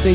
最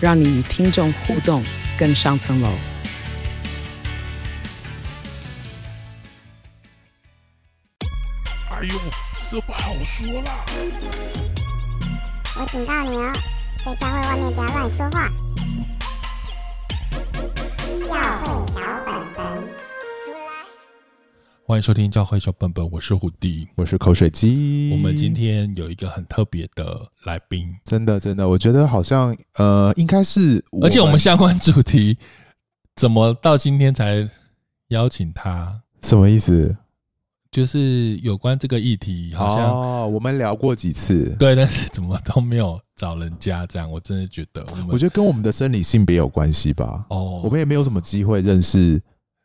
让你与听众互动更上层楼。哎呦，这不好说啦。我警告你哦，在教会外面不要乱说话。教会小本本，欢迎收听教会小本本，我是虎弟。我是口水鸡。我们今天有一个很特别的来宾，真的真的，我觉得好像呃，应该是，而且我们相关主题怎么到今天才邀请他？什么意思？就是有关这个议题，好像、哦，我们聊过几次，对，但是怎么都没有找人家这样，我真的觉得我们我觉得跟我们的生理性别有关系吧。哦，我们也没有什么机会认识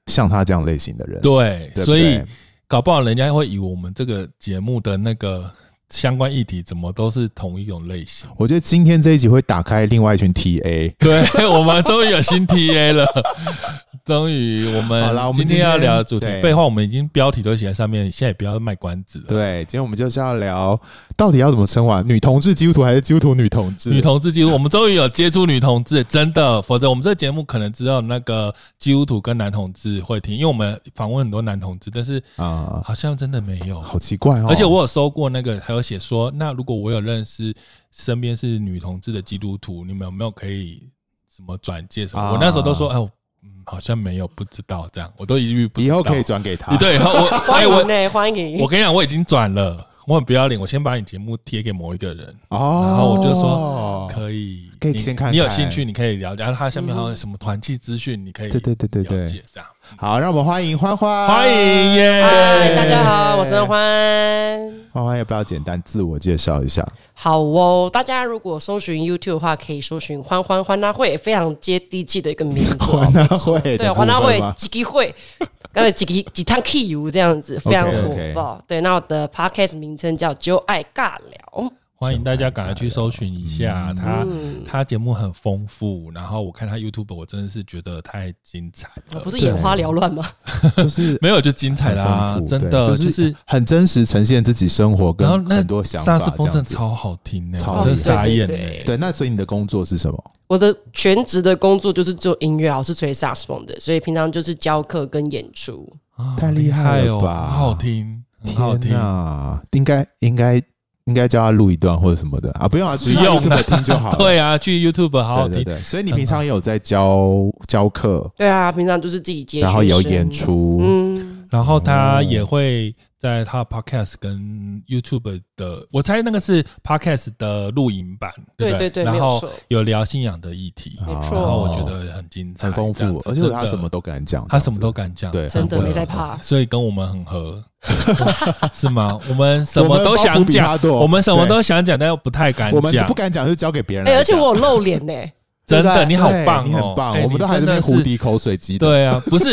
像他这样类型的人，对，对不对所以搞不好人家会以为我们这个节目的那个相关议题怎么都是同一种类型。我觉得今天这一集会打开另外一群 TA。 对我们终于有新 TA 了， 终于我们好啦我们今今天要天聊的主题，对废话我们已经标题都写在上面，现在也不要卖关子了。对，今天我们就是要聊到底要怎么称呼啊女同志基督徒还是基督徒女同志？女同志基督，我们终于有接触女同志，真的，否则我们这节目可能只有那个基督徒跟男同志会听，因为我们访问很多男同志，但是啊、好像真的没有。好奇怪哦。而且我有收过那个，还有写说，那如果我有认识身边是女同志的基督徒，你们有没有可以什么转介什么？啊我那时候都说，哎，我嗯，好像没有，不知道这样，我都一律不知以道。后可以转给他。对，以后 我欢哎迎我呢、欢迎。我跟你讲，我已经转了，我很不要脸，我先把你节目贴给某一个人，哦，然后我就说可以，可以你先看你有看兴趣你可以了解，然后它下面还有什么团契资讯，你可以对对对对对了解这样。好，让我们欢迎欢欢，欢迎耶！嗨，大家好，我是欢欢。欢欢要不要简单自我介绍一下？好哦，大家如果搜寻 YouTube 的话，可以搜寻“欢欢欢纳会”，非常接地气的一个名字哦。啊欢纳会的对，部欢纳分会吗几个会， 呃，几个几趟 K 油这样子，非常 OK，OK 火爆。对，那我的 Podcast 名称叫“就爱尬聊欢迎大家赶快去搜寻一下他，嗯他节目很丰富。然后我看他 YouTube，我真的是觉得太精彩”，我哦了，不是眼花缭乱吗？就是 没有就精彩啦很，丰富真的就对就是是。很真实呈现自己生活然后跟那很多想萨法斯风这真的样子。超好听呢，超我真傻眼对对呢。对，那所以你的工作是什么？我的全职的工作就是做音乐啊，我是吹萨克斯风的，所以平常就是教课跟演出。啊太厉害了好哦，吧很好听，很好听天。哪，应该应该应该叫他录一段或者什么的啊，不用啊，不用的听就好了。 对啊，去 YouTube 好好对对听。对，所以你平常也有在教教课，对啊，平常就是自己接，然后也有演。出，嗯，然后他也会在他 Podcast 跟 YouTube 的，我猜那个是 Podcast 的录影版，不对对对然没有后错有聊信仰的议题，没然后错我觉得很精彩，啊很丰这样富，子而且他真的什么都敢讲，他什么这都样子。敢讲，对真的很会没在怕。所以跟我们很合， 是吗？我们什么都我想们包袱比讲他，多我们什么都想讲，但又不太敢我们讲不。敢讲，就交给别人来哎，讲。而且我有露脸 呢，真的，对不对你好棒哦，对你很棒，哎我们都还在你那真边的胡是滴口水鸡的。对啊，不是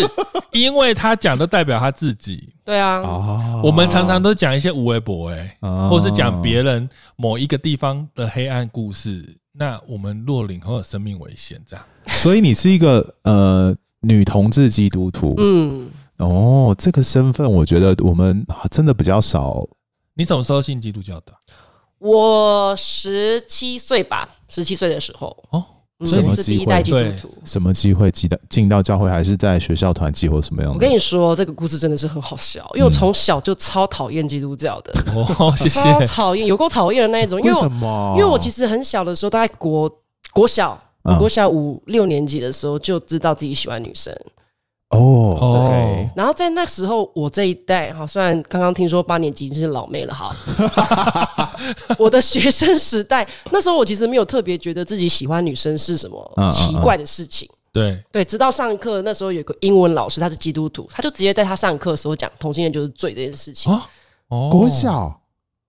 因为他讲都代表他自 己。对啊，啊我们常常都讲一些无微博哎，啊或是讲别人某一个地方的黑暗故事，那我们若领会有生命危险这样。所以你是一个呃女同志基督徒、嗯，哦，这个身份我觉得我们啊真的比较少。你什么时候信基督教的？我十七岁吧，十七岁的时候，哦，嗯，什么是第机会一代基督徒。什么机会进到进到教会，还是在学校团契或什么样的？我跟你说，这个故事真的是很好笑，嗯因为我从小就超讨厌基督教 的，哦，谢谢。超讨厌，有够讨厌的那一种。因为为我什么？哦因为我其实很小的时候，大概国国小，嗯我国小五六年级的时候就知道自己喜欢女生。哦哦，OK，然后在那时候，我这一代哈，虽然刚刚听说八年级是老妹了哈， 我的学生时代，那时候我其实没有特别觉得自己喜欢女生是什 嗯么嗯奇怪的事情。对，对，直到上课那时候有个英文老师，他是基督徒，他就直接在他上课的时候讲同性恋就是罪这件事情。哦，哦国小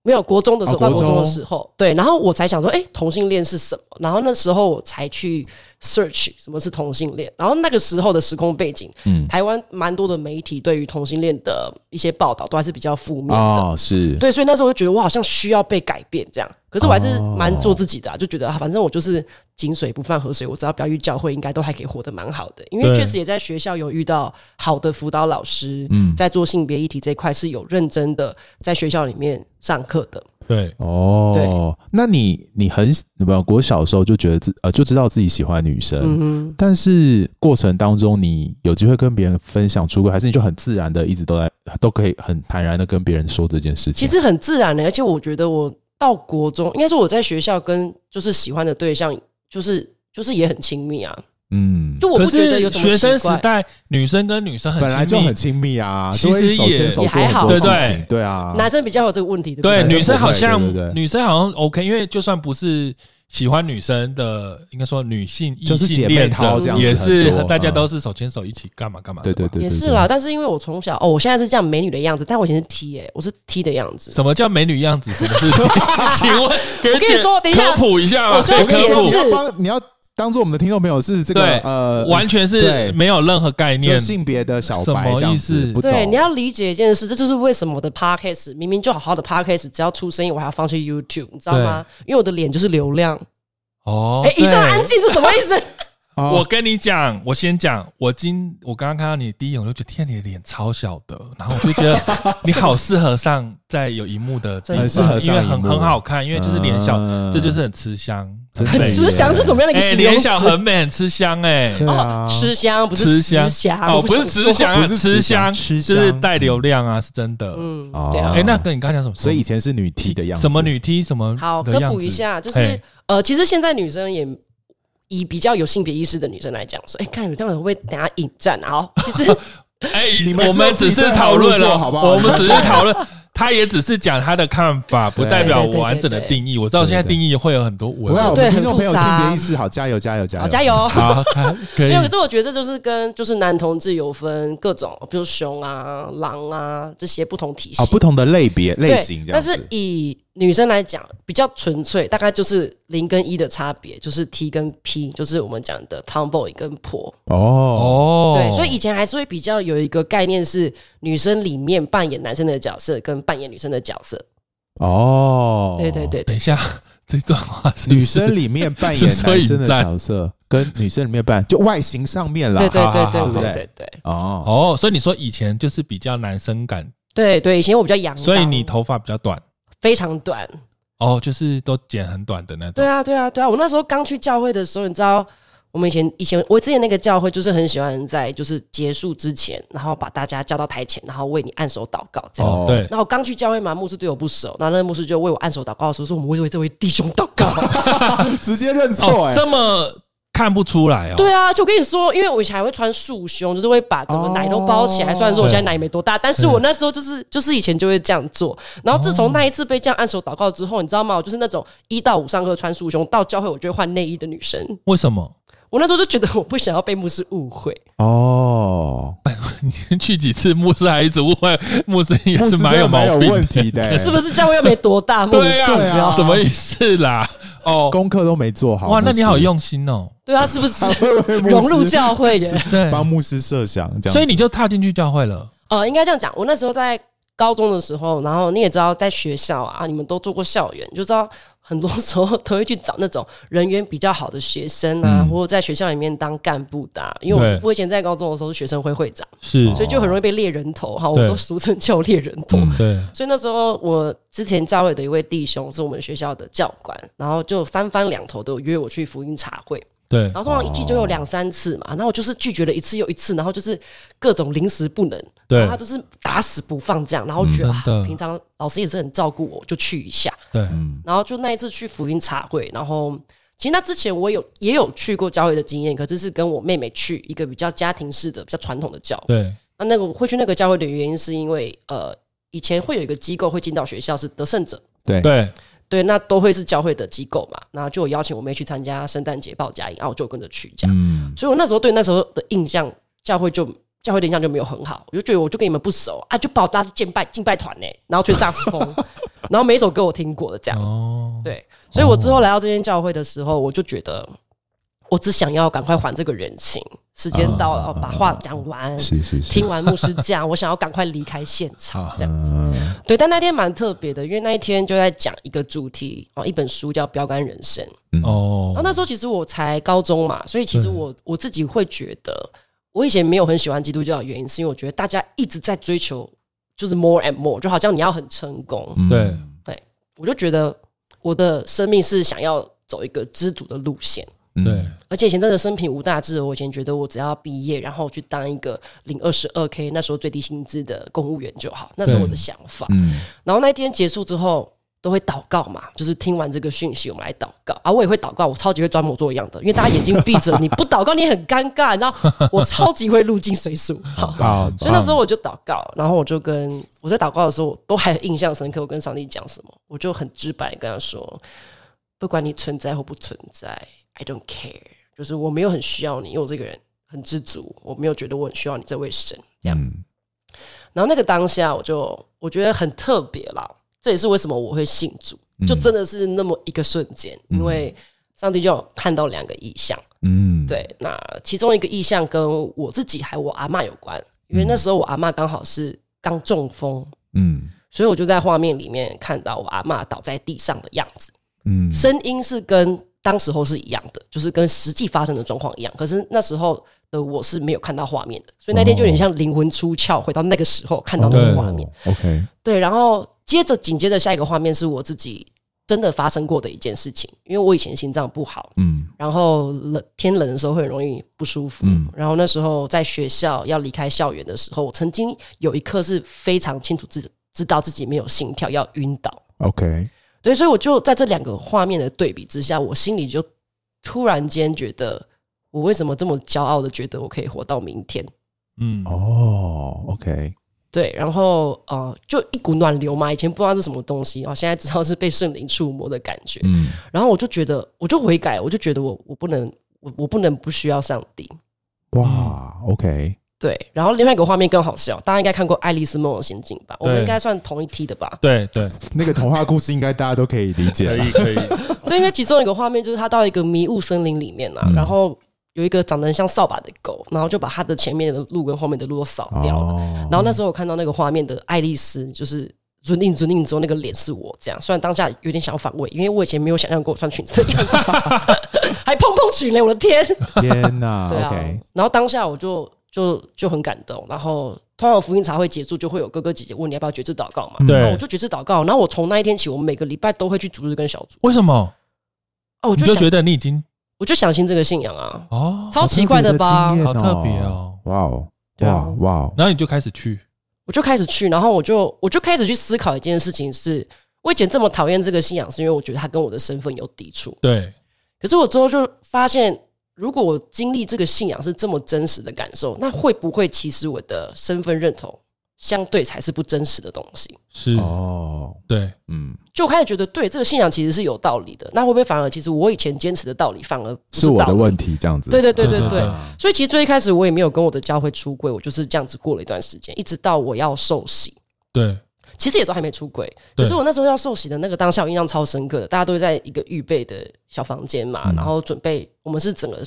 没有国中的时候，哦到啊国国中的中时候，对，然后我才想说，哎，同性恋是什么？然后那时候我才去 search 什么是同性恋。然后那个时候的时空背景，嗯，台湾蛮多的媒体对于同性恋的一些报道都还是比较负面的。哦，是，对，所以那时候就觉得我好像需要被改变这样，可是我还是蛮做自己的、啊，就觉得、啊、反正我就是井水不犯河水，我只要不要去教会，应该都还可以活得蛮好的。因为对确实也在学校有遇到好的辅导老师，嗯，在做性别议题这一块是有认真的在学校里面上课的。对，哦，那你你很你们国小的时候就觉得自呃就知道自己喜欢女生，嗯哼，但是过程当中你有机会跟别人分享出轨，还是你就很自然的一直都在都可以很坦然的跟别人说这件事情？其实很自然的、而且我觉得我到国中，应该说我在学校跟就是喜欢的对象，就是就是也很亲密啊，嗯，就我可不觉得是有什么学生奇时怪。代，女生跟女生很本来就亲密很亲密啊，其就会实手也牵手也做还很好多事对情，对啊，男生比较有这个问题，对不对，对？男生女生好像不会对对对女生好像 OK，因为就算不是喜欢女生的，应该说女性异就是性姐妹恋淘这者样子也是很多大家嗯都是手牵手一起干嘛干嘛对的嘛。对对，也对是啦，，但是因为我从小哦，我现在是这样美女的样子，但我以前是 T 哎、我是 T 的样子。什么叫美女样子？什 么是？请问，给我跟你姐说等一下科普一下吧，我就对要我跟你解说，科你释要帮你要当做我们的听众朋友是这对个呃普，完全是对没有任何概就念。性别的小什白么这样意子思，不对，懂你要理解一件事，这就是为什么我的 podcast 明明就好好的 podcast，只要出声音，我还要放去 YouTube，你知道吗？因为我的脸就是流量。哦哎、一阵对安静是什么意思？哦我跟你讲，我先讲，我今我刚刚看到你第一眼，我就觉得天，你的脸超小的，然后我就觉 得你好适合上在有荧幕的地很适方，合因上为荧很幕很好看，因为就是脸小，嗯这就是很吃香，真的很美耶吃香是什么样的一个哎，形脸容词？小很美，很吃香哎。对 啊，吃香哦不是吃香吃香哦，我不是想吃说香啊，不是吃吃香，香吃香就是带流量啊，是真的。嗯，哦对啊。哎，那跟你刚才讲什么？所以以前是女 T 的样子，什么女 T 什么好，的科样普一子，下，就嘿是呃，其实现在女生也以比较有性别意识的女生来讲，说，哎、看你这样会不会等下引战啊？好，其 实哎，你们我们只是讨论自己在了，讨论好不好我们只是讨论，他也只是讲他的看法，不对代表我完整的定义。我知道现在定义会有很多不要，文我对们很听众朋友复性杂别意识好，加油加油加油！好加 油。哦好，看可以没有，可是我觉得这就是跟就是男同志有分各种，比如熊啊、狼啊这些不同体系、哦，不同的类别类对型这样但子是。以女生来讲，比较纯粹，大概就是零跟一的差别，就是 T 跟 P，就是我们讲的 tomboy 跟婆。哦哦，对，所以以前还是会比较有一个概念是，女生里面扮演男生的角色跟扮演女生的角色。哦，对对，对对等一下这段话是不是女生里面扮演是所男以生的在角色，跟女生里面扮就外形上面啦。对对好好对好对好对好对对哦，哦，所以你说以前就是比较男生感，对对，以前我比较阳刚，所以你头发比较短非常短。哦，就是都剪很短的那种对。啊，对啊，对啊！我那时候刚去教会的时候，你知道，我们以前以前我之前那个教会就是很喜欢在就是结束之前，然后把大家叫到台前，然后为你按手祷告这样。哦，对，然后我刚去教会嘛，牧师对我不熟，然后那个牧师就为我按手祷告的时候说：“我们为这位弟兄祷告。直接认哦，错哎，这么看不出来哦。”对啊，就我跟你说，因为我以前还会穿束胸，就是会把整个奶都包起来。哦虽然说我现在奶没多大，但是我那时候就是就是以前就会这样做。然后自从那一次被这样按手祷告之后，你知道吗？我就是那种一到五上课穿束胸，到教会我就会换内衣的女生。为什么？ 我那时候就觉得我不想要被牧师 误会，哎哦，你去几次牧师还一直误会牧师也牧是师蛮真的毛蛮有病问题 的欸，是不是教会又没多大？莫名对其对妙啊啊，什么意思啦？哦，功课都没做好？ 哇，那你好牧师 用心哦。对啊，是不是为牧师融入教会耶？对，帮牧师设想这样子，所以你就踏进去教会了。呃，应该这样讲，我那时候在高中的时候，然后你也知道，在学校啊，你们都做过校园，你就知道很多 时候都会去找那种人缘比较好的学生啊，嗯或者在学校里面当干部的啊、因为我对是我以前在高中的时候是学生会会长，是所以就很容易被猎人头哈，我对们都俗称叫猎人头。嗯对，所以那时候我之前教会的一位弟兄是我们学校的教官，然后就三番两头都有约我去福音茶会，对，然后通常一季就有两三次嘛，然后我就是拒绝了一次又一次，然后就是各种临时不能，对然后他就是打死不放这样，然后我就觉得、嗯真的啊，平常老师也是很照顾我，我就去一下，对，嗯然后就那一次去福音茶会，然后。其实那之前我有也有去过教会的经验，可是是跟我妹妹去一个比较家庭式的、比较传统的教会。对，那那个会去那个教会的原因，是因为呃，以前会有一个机构会进到学校是得胜者，对对，对，那都会是教会的机构嘛，然后就有邀请我妹去参加圣诞节报佳音，然后我就有跟着去这样，嗯所以我那时候对那时候的印象，教会就教会的印象就没有很好，我就觉得我就跟你们不熟啊，就把我拉去敬拜敬拜团呢、然后吹萨克斯风， 然后每一首歌我听过的这样。哦，对，所以我之后来到这间教会的时候，我就觉得我只想要赶快还这个人情，时间到了，啊哦把话讲完，是是是，听完牧师讲，我想要赶快离开现场好，这样子。嗯，对，但那天蛮特别的，因为那一天就在讲一个主题哦，一本书叫《标杆人生》。哦，然后那时候其实我才高中嘛，所以其实对我我自己会觉得，我以前没有很喜欢基督教的原因，是因为我觉得大家一直在追求就是 more and more，就好像你要很成功，嗯对，我就觉得我的生命是想要走一个知足的路线。嗯对，而且以前真的生平无大志，我以前觉得我只要毕业，然后去当一个领二十二 k 那时候最低薪资的公务员就好，那是我的想法。嗯，然后那一天结束之后，都会祷告嘛，就是听完这个讯息，我们来祷告啊。我也会祷告，我超级会装模作样的，因为大家眼睛闭着，你不祷告你很尴尬，你知道，我超级会入境随俗。好，好，所以那时候我就祷告，然后我就跟我在祷告的时候，我都还印象深刻。我跟上帝讲什么，我就很直白地跟他说，不管你存在或不存在，I don't care，就是我没有很需要你，因为我这个人很知足，我没有觉得我很需要你这位神。这样嗯然后那个当下，我就我觉得很特别啦，这也是为什么我会信主，就真的是那么一个瞬间，嗯因为上帝就有看到两个意象。嗯，对，那其中一个意向跟我自己还有我阿嬷有关，因为那时候我阿嬷刚好是刚中风，嗯所以我就在画面里面看到我阿嬷倒在地上的样子，嗯，声音是跟当时候是一样的，就是跟实际发生的状况一样。可是那时候的我是没有看到画面的，所以那天就有点像灵魂出窍，回到那个时候看到那个对画面。哦，OK，对，然后接着紧接着下一个画面是我自己真的发生过的一件事情，因为我以前心脏不好，嗯然后冷天冷的时候会很容易不舒服。嗯然后那时候在学校要离开校园的时候，我曾经有一刻是非常清楚自知道自己没有心跳，要晕倒。 ，OK，对，所以我就在这两个画面的对比之下，我心里就突然间觉得，我为什么这么骄傲的觉得我可以活到明天？嗯，哦，OK，对，然后呃，就一股暖流嘛，以前不知道是什么东西，哦，现在知道是被圣灵触摸的感觉。嗯然后我就觉得，我就悔改，我就觉得我我不能，我我不能不需要上帝。哇，OK，对，然后另外一个画面更好笑，大家应该看过《爱丽丝梦游仙境》吧？我们对？应该算同一批的吧 对对，那个童话故事应该大家都可以理解可了，以可以，对，因为其中一个画面就是他到一个迷雾森林里面啊，嗯然后有一个长得很像扫把的狗，然后就把它的前面的路跟后面的路都扫掉了。哦然后那时候我看到那个画面的爱丽丝，就是尊印尊印之后那个脸是我这样，虽然当下有点想反胃，因为我以前没有想象过我穿裙子的 样子，还蓬蓬裙嘞，我的天！天 哪对啊，OK，然后当下我就就就很感动，然后通常福音茶会结束就会有哥哥姐姐问你要不要绝志祷告嘛，对然后我就绝志祷告，然后我从那一天起，我们每个礼拜都会去主日跟小组， 为什么？哦，我你就就想觉得你已经我就想信这个信仰啊，哦，超奇怪的吧？好特别，哦，哇哦，对哇啊哇，然后你就开始去，我就开始去，然后我就我就开始去思考一件事情是。我以前这么讨厌这个信仰，是因为我觉得它跟我的身份有抵触。对，可是我之后就发现，如果我经历这个信仰是这么真实的感受，那会不会其实我的身份认同相对才是不真实的东西？是，哦，对，嗯，就我开始觉得，对这个信仰其实是有道理的。那会不会反而其实我以前坚持的道理反而不是我道的理？问题，这样子，对对对对对对对。所以其实最一开始我也没有跟我的教会出柜，我就是这样子过了一段时间，一直到我要受洗，对，其实也都还没出柜。对可是我那时候要受洗的那个当下，我印象超深刻的。大家都在一个预备的小房间嘛，嗯然后准备，我们是整个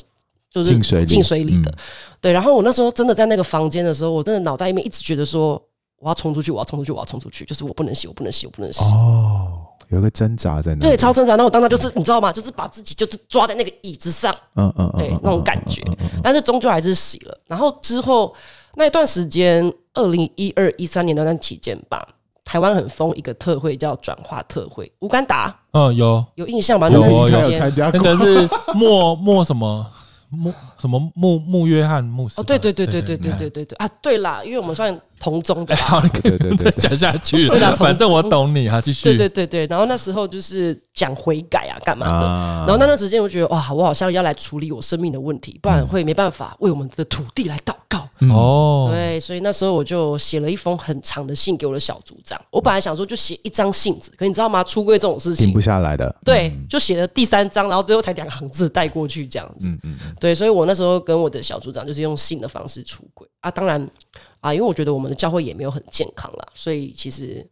就是进水里进水里的嗯。对，然后我那时候真的在那个房间的时候，我真的脑袋里面一直觉得说，我要冲出去，我要冲出去，我要冲出去，就是我不能洗，我不能洗，我不能洗。哦，有一个挣扎在那里，对，超挣扎。那我当时就是你知道吗？就是把自己就是抓在那个椅子上，嗯，嗯嗯嗯，对嗯那种感觉，但是终究还是洗了。然后之后那一段时间，二零一二一三年那段期间吧，台湾很疯一个特会叫转化特会，乌干达嗯，有有印象吧？那有段我时他有参加间。那过，个是莫莫什么莫什么穆穆约翰穆斯哦，吧，对对对对对对嗯对对对啊！对啦，因为我们算同宗的哎，啦，好，你可以对对对对讲下去对啦了，同反正我懂你哈，继续。 对对对对。然后那时候就是讲悔改啊，干嘛的？啊然后那段时间，我觉得哇，我好像要来处理我生命的问题，不然会没办法为我们的土地来祷告。嗯哦，对，所以那时候我就写了一封很长的信给我的小组长。我本来想说就写一张信纸，可你知道吗？出柜这种事停情不，下来的，对，就写了第三张，然后最后才两行字带过去这样子。嗯嗯，嗯对，所以我那时候跟我的小组长就是用信的方式出轨啊。当然啊，因为我觉得我们的教会也没有很健康啦，所以其实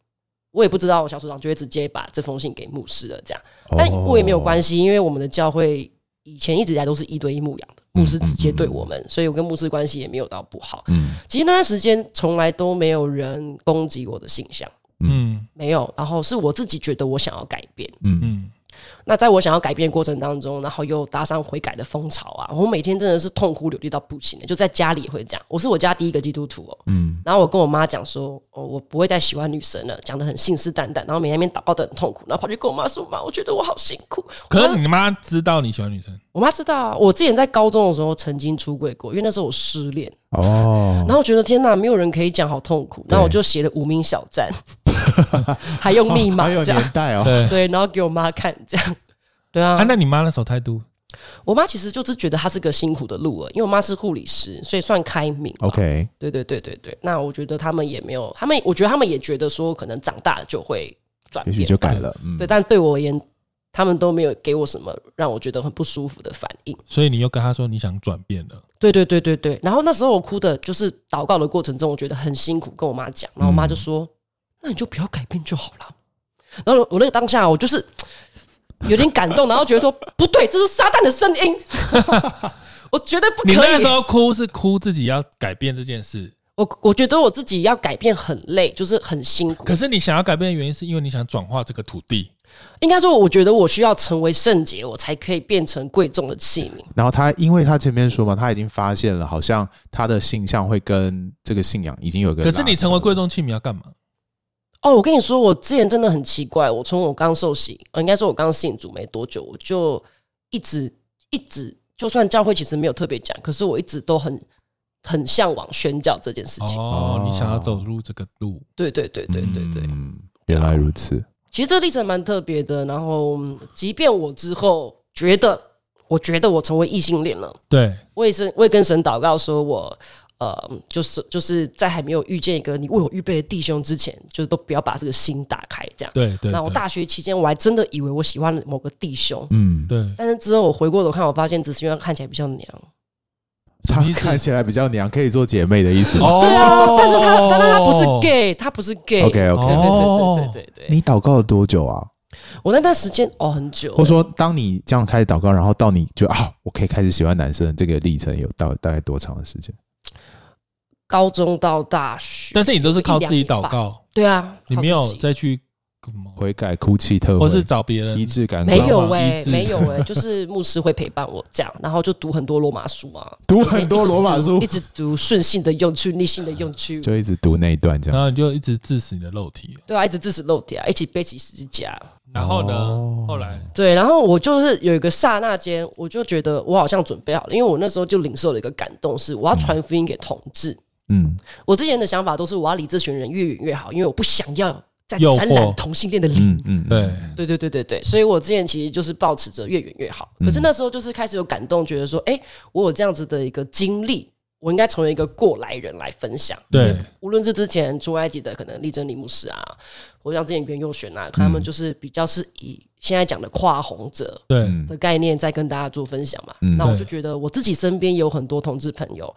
我也不知道，小组长就会直接把这封信给牧师了，这样。但哦我也没有关系，因为我们的教会以前一直以来都是一对一牧养的，牧师直接对我们，所以我跟牧师关系也没有到不好。嗯其实那段时间从来都没有人攻击我的形象，嗯没有。然后是我自己觉得我想要改变。嗯嗯那在我想要改变的过程当中，然后又搭上悔改的风潮啊，我每天真的是痛哭流涕到不行的，就在家里也会这样。我是我家第一个基督徒哦，嗯然后我跟我妈讲说，哦，我不会再喜欢女神了，讲的很信誓旦旦，然后每天那边祷告的很痛苦，然后跑去跟我妈说，妈，我觉得我好辛苦。可是你妈知道你喜欢女生，我妈知道啊，我之前在高中的时候曾经出柜过，因为那时候我失恋，哦然，后我觉得天哪，没有人可以讲，好痛苦。然后我就写了无名小站， 还用密 码还有这样，年代哦， 对对，然后给我妈看这样。对啊，啊，那你妈那时候态度，我妈其实就是觉得她是个辛苦的路了，因为我妈是护理师，所以算开明嘛。 OK，对对对对对。那我觉得他们也没有，他们我觉得他们也觉得说，可能长大了就会转也变，许就改。了，嗯啊对，，但对我而言，他们都没有给我什么让我觉得很不舒服的反应。所以你又跟她说你想转变了，对对对对对。然后那时候我哭的，就是祷告的过程中，我觉得很辛苦，跟我妈讲，然后我嗯妈就说：“那你就不要改变就好了。”然后我那个当下，我就是有点感动，然后觉得说不对，这是撒旦的声音， 我绝对不可你以。那时候哭是哭自己要改变这件事， 我我觉得我自己要改变很累，就是很辛苦可。是你想要改变的原因是因为你想转化这个土地，应该说，我觉得我需要成为圣洁，我才可以变成贵重的器皿。然后他，因为他前面说嘛，他已经发现了，好像他的性向会跟这个信仰已经有一个拉可扯。是你成为贵重器皿要干嘛？哦，我跟你说，我之前真的很奇怪，我从我刚受洗，呃应该说我刚信主没多久，我就一直一直，就算教会其实没有特别讲，可是我一直都很很向往宣教这件事情。哦哦，你想要走入这个路，对对对对对对，嗯，原来如此。其实这历程蛮特别的。然后，嗯即便我之后觉得，我觉得我成为异性恋了。对，我也是，我也跟神祷告说我，呃，就是就是在还没有遇见一个你为我预备的弟兄之前，就都不要把这个心打开，这样。对对，那我大学期间，我还真的以为我喜欢某个弟兄，嗯，对，但是之后我回过头看，我发现只是因为他看起来比较娘。他看起来比较娘，可以做姐妹的意思吗。哦对啊，但是他，但是他不是 gay，他不是 gay。 OK 对对 OK，哦对对对对对。你祷告了多久啊？我那段时间哦，很久。或者，说，当你这样开始祷告，然后到你觉得啊，我可以开始喜欢男生，这个历程有到大概多长的时间？高中到大学，但是你都是靠自己祷一两年吧。告，对啊，你没靠有自己再去干嘛悔改、哭泣、特或会，是找别人医治感，没有哇哎、一致没有哎、就是牧师会陪伴我这样，然后就读很多罗马书啊，读很多罗马书一，直读顺性的用去，逆性的用去，就一直读那一段这然样。后你就一直致死你的肉体。对啊，一直致死漏底啊，一起背起十字架，然后呢，哦后来对，然后我就是有一个刹那间，我就觉得我好像准备好了，因为我那时候就领受了一个感动，是我要传福音给同志。嗯，我之前的想法都是我要离这群人越远越好，因为我不想要再诱惑沾染同性恋的灵嗯嗯，对，对对对对对，所以我之前其实就是保持着越远越好。可是嗯那时候就是开始有感动，觉得说，哎、我有这样子的一个经历，我应该成为一个过来人来分享。对，嗯无论是之前出埃及的可能丽珍、李牧师啊，或像之前袁佑璇啊，他们嗯就是比较是以现在讲的跨红者对，嗯的概念在跟大家做分享嘛。嗯那我就觉得我自己身边有很多同志朋友，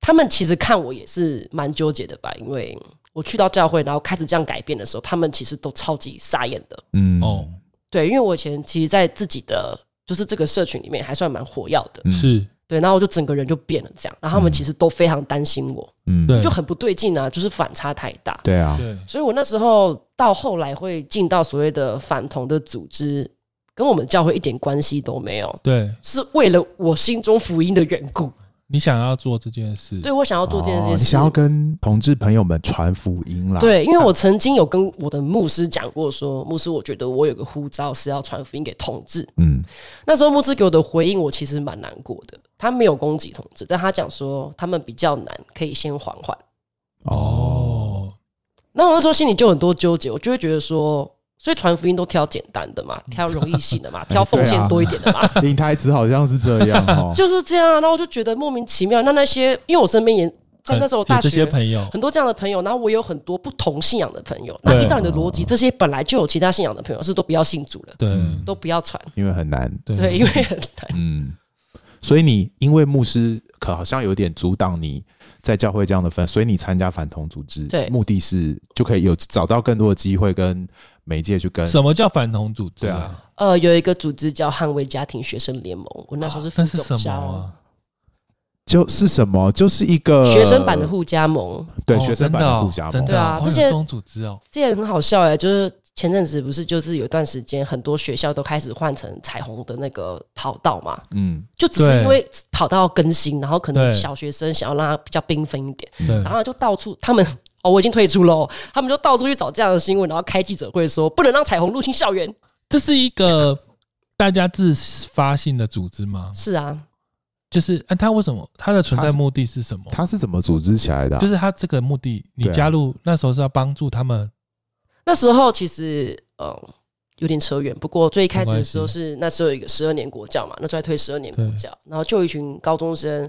他们其实看我也是蛮纠结的吧，因为我去到教会，然后开始这样改变的时候，他们其实都超级傻眼的。嗯哦，对，因为我以前其实，在自己的就是这个社群里面还算蛮活跃的，嗯是，对，然后我就整个人就变了这样，然后他们其实都非常担心我，嗯，对，就很不对劲啊，就是反差太大，对啊，对，所以我那时候到后来会进到所谓的反同的组织，跟我们教会一点关系都没有，对是为了我心中福音的缘故，你想要做这件事，对我想要做这件哦事你情。想要跟同志朋友们传福音啦。，对，因为我曾经有跟我的牧师讲过说牧师，我觉得我有个呼召是要传福音给同志，嗯那时候牧师给我的回应，我其实蛮难过的。他没有攻击同志，但他讲说他们比较难，可以先缓缓。哦，那我那时候心里就很多纠结，我就会觉得说，所以传福音都挑简单的嘛，挑容易性的嘛，挑奉献多一点的嘛，。领台词好像是这样哦 就是这样啊。那我就觉得莫名其妙。那那些，因为我身边也在那时有候我大哎这些学。朋友，很多这样的朋友，然后我有很多不同信仰的朋友。那对嗯依照你的逻辑，这些本来就有其他信仰的朋友是都不要信主了，对嗯都不要传，嗯因为很难，对 对，因为很难。嗯，所以你因为牧师可好像有点阻挡你在教会这样的分，所以你参加反同组织，对目的是就可以有找到更多的机会跟媒介去跟什么叫反同组织对啊啊？呃，有一个组织叫捍卫家庭学生联盟，我那时候是副那是总哦什么教，啊？就是什么，就是一个呃学生版的互加盟。对、哦学生版真的的哦互加真盟，的对啊哦这有些这种组织哦，这也很好笑哎、就是前阵子不是就是有段时间，很多学校都开始换成彩虹的那个跑道嘛，嗯，就只是对因为跑道要更新，然后可能对小学生想要让它比较缤纷一点，嗯对然后就到处他们。 哦，我已经退出喽。他们就到处去找这样的新闻，然后开记者会说不能让彩虹入侵校园。这是一个大家自发性的组织吗？是啊，就是，啊，它为什么它的存在目的是什么？他是怎么组织起来的啊、就是它这个目的，你对啊加入那时候是要帮助他们，那时候其实呃有点扯远，不过最一开始的时候没关是那时候有一个十二年国教嘛，那时候在推十二年国教，然后就有一群高中生、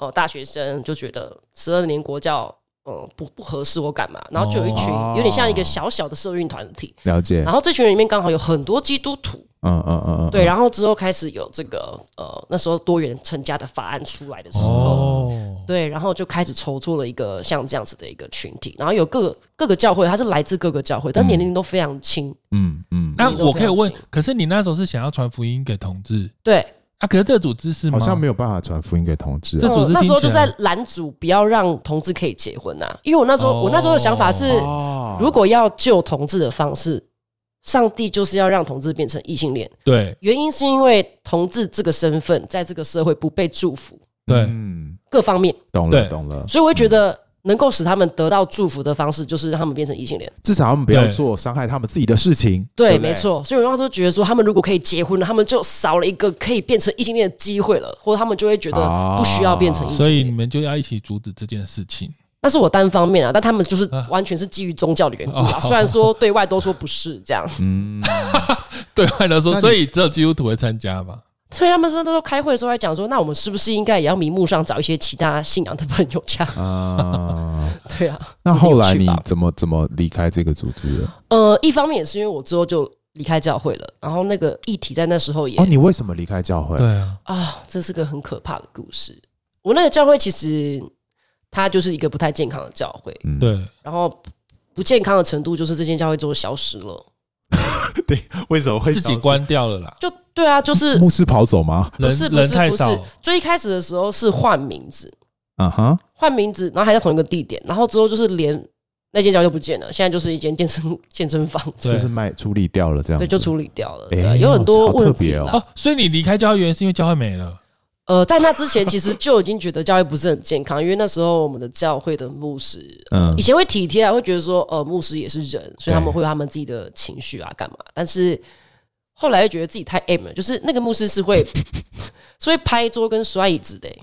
呃大学生就觉得十二年国教呃不不合适我干嘛，然后就有一群、哦有点像一个小小的社运团体，了解，然后这群人里面刚好有很多基督徒，嗯嗯嗯嗯，对，后然后之后开始有这个呃那时候多元成家的法案出来的时候。哦，对，然后就开始筹措了一个像这样子的一个群体，然后有各个各个教会，它是来自各个教嗯会，但年龄都非常轻，嗯嗯，那你都我非可以常问清，可是你那时候是想要传福音给同志对，啊？可是这个组织是吗好像没有办法传福音给同志、这啊，组织那时候就听起来在拦阻，不要让同志可以结婚呐、啊因为我那时候、哦我那时候的想法是，哦如果要救同志的方式，上帝就是要让同志变成异性恋。对原因是因为同志这个身份在这个社会不被祝福，对嗯，各方面，懂对了懂了，嗯所以我会觉得能够使他们得到祝福的方式，就是让他们变成异性恋。至少他们不要对做伤害他们自己的事情，对，不没错。所以我那时候觉得说，他们如果可以结婚了，他们就少了一个可以变成异性恋的机会了，或者他们就会觉得不需要变成异性所以恋。你们就要一起阻止这件事 情。那是我单方面啊，但他们就是完全是基于宗教的缘故啊。哦虽然说对外都说不是这样， 嗯，对外来说那，你？所以只有基督徒会参加嘛？所以他们那时候开会的时候还讲说，那我们是不是应该也要名目上找一些其他信仰的朋友加啊， 对啊，那后来你有趣吧怎么怎么离开这个组织的？呃，一方面也是因为我之后就离开教会了，然后那个议题在那时候也哦，你为什么离开教会？对啊，啊，这是个很可怕的故事。我那个教会其实它就是一个不太健康的教会，嗯，对，然后不不健康的程度就是这间教会之后消失了。为什么会自己消失关掉了啦，就对啊，就是牧师跑走吗？不人是不人是太不少是，最一开始的时候是换名字，啊哈，换名字，然后还在同一个地点，然后之后就是连那间教就不见了，现在就是一间健身健身房，对就是卖处理掉了这样子，对，就处理掉了，哎对啊有很多好特问题别哦啦哦，所以你离开教会原因是因为教会没了，呃，在那之前其实就已经觉得教会不是很健康，因为那时候我们的教会的牧师。嗯以前会体贴啊，会觉得说，呃，牧师也是人，所以他们对会有他们自己的情绪啊，干嘛？但是后来又觉得自己太 M 了，就是那个牧师是会 是会拍桌跟摔椅子的欸、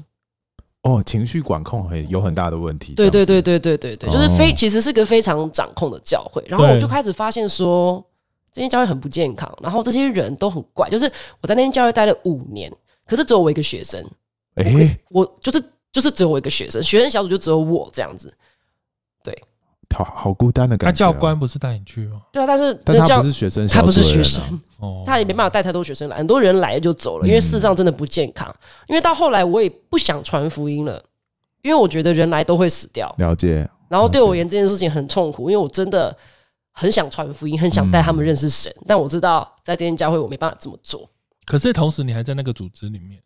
哦，情绪管控很有很大的问题。对对这对样子，对对对对，就是非、其实是个非常掌控的教会。然后我就开始发现说，这间教会很不健康，然后这些人都很怪。就是我在那间教会待了五年，可是只有我一个学生，哎，我就是就是只有我一个学生，学生小组就只有我这样子。好好孤单的那感觉。啊教，官不是带你去吗？对啊，但是但那他教不是学生，他不是学生，，啊哦，他也没办法带太多学生来，很多人来就走了，因为事实上真的不健康。因为到后来我也不想传福音了，因为我觉得人来都会死掉。了解。然后对我而言这件事情很痛苦，因为我真的很想传福音，很想带他们认识神，但我知道在这间教会我没办法这么做。可是同时你还在那个组织里面，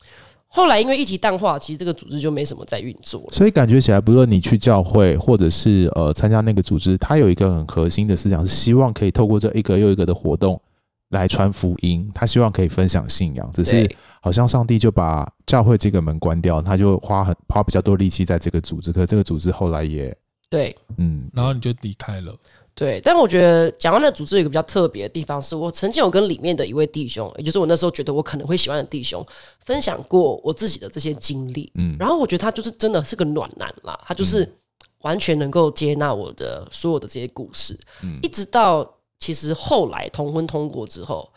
后来因为议题淡化，其实这个组织就没什么在运作了。所以感觉起来，不论你去教会，或者是呃参加那个组织，它有一个很核心的思想，是希望可以透过这一个又一个的活动来传福音。他希望可以分享信仰，只是对好像上帝就把教会这个门关掉，他就花很花比较多力气在这个组织，可这个组织后来也对嗯然后你就离开了，对，但我觉得讲到那个组织有一个比较特别的地方，是我曾经有跟里面的一位弟兄，也就是我那时候觉得我可能会喜欢的弟兄，分享过我自己的这些经历。嗯然后我觉得他就是真的是个暖男啦，他就是完全能够接纳我的所有的这些故事，嗯一直到其实后来同婚通过之后，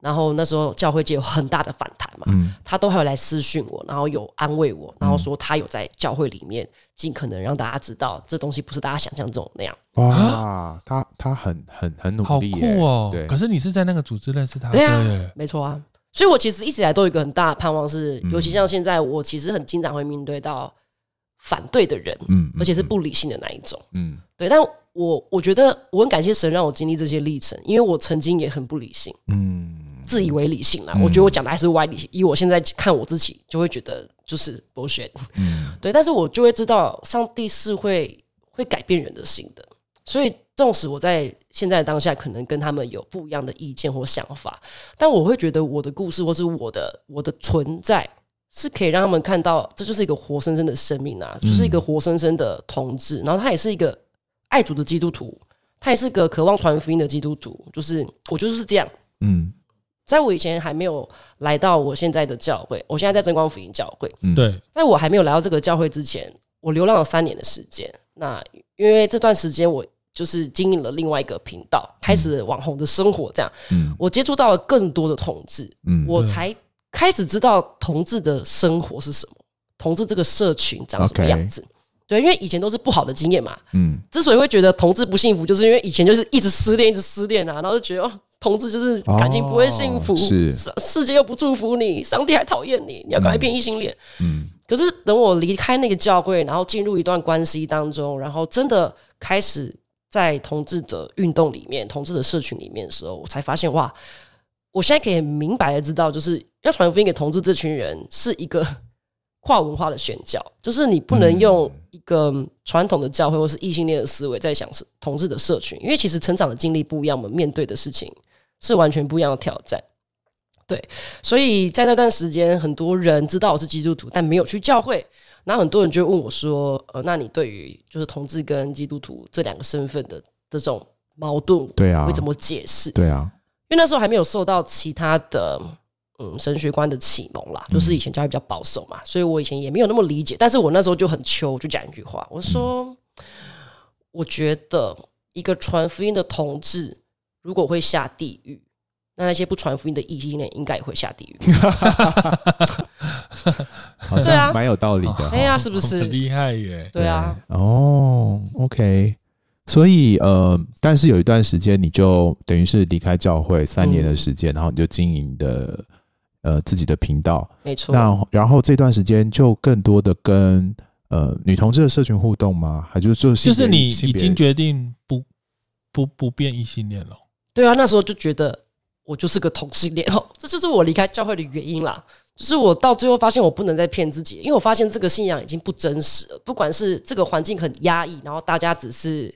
然后那时候教会界有很大的反弹嘛，嗯他都还有来私讯我，然后有安慰我，然后说他有在教会里面尽可能让大家知道这东西不是大家想象中那样。哇，啊他他很很很努好力耶、酷哦对！可，是你是在那个组织认识他的对啊耶，没错啊，所以我其实一直以来都有一个很大的盼望是，嗯尤其像现在，我其实很经常会面对到反对的人，嗯，嗯而且是不理性的那一种。嗯对，但我我觉得我很感谢神让我经历这些历程，因为我曾经也很不理性，嗯自以为理性啦。嗯我觉得我讲的还是歪理性，以我现在看我自己，就会觉得就是 bullshit。嗯对，但是我就会知道，上帝是会会改变人的心的。所以，纵使我在现在的当下可能跟他们有不一样的意见或想法，但我会觉得我的故事或是我的我的存在是可以让他们看到，这就是一个活生生的生命嗯啊，就是一个活生生的同志。然后他也是一个爱主的基督徒，他也是个渴望传福音的基督徒。就是我就是这样，嗯在我以前还没有来到我现在的教会，我现在在真光福音教会，嗯，对， 在我还没有来到这个教会之前，我流浪了三年的时间。那因为这段时间我就是经营了另外一个频道，开始网红的生活，这样嗯，我接触到了更多的同志，嗯我才开始知道同志的生活是什么，同志这个社群长什么 OK 样子。对，因为以前都是不好的经验嘛，嗯之所以会觉得同志不幸福，就是因为以前就是一直失恋，一直失恋啊，然后就觉得哦，同志就是感情不会幸福，哦是世世界又不祝福你，上帝还讨厌你，你要赶快变异性恋。嗯可是等我离开那个教会，然后进入一段关系当中，然后真的开始在同志的运动里面、同志的社群里面的时候，我才发现哇，我现在可以很明白的知道，就是要传福音给同志这群人是一个 跨文化的宣教，就是你不能用一个传统的教会或是异性恋的思维在想同志的社群，因为其实成长的经历不一样，我们面对的事情是完全不一样的挑战。所以在那段时间，很多人知道我是基督徒，但没有去教会。然后很多人就问我说：“呃，那你对于就是同志跟基督徒这两个身份的这种矛盾，对啊会怎么解释？”对啊， 因为那时候还没有受到其他的嗯神学观的启蒙啦，嗯就是以前教育比较保守嘛，所以我以前也没有那么理解。但是我那时候就很求，就讲一句话，我说：“嗯我觉得一个传福音的同志如果会下地狱，那那些不传福音的异性恋应该也会下地狱。”好对啊像蛮有道理的哈。哎呀，是不是很？厉害耶！对啊，哦，OK，所以呃，但是有一段时间你就等于是离开教会三年嗯的时间，然后你就经营你的呃自己的频道，没错。那然后这段时间就更多的跟呃女同志的社群互动吗？还就就 就性别是你性已别经决定不不不变异性恋了。对啊，那时候就觉得我就是个同性恋哦， 这就是我离开教会的原因啦。就是我到最后发现我不能再骗自己，因为我发现这个信仰已经不真实了。不管是这个环境很压抑，然后大家只是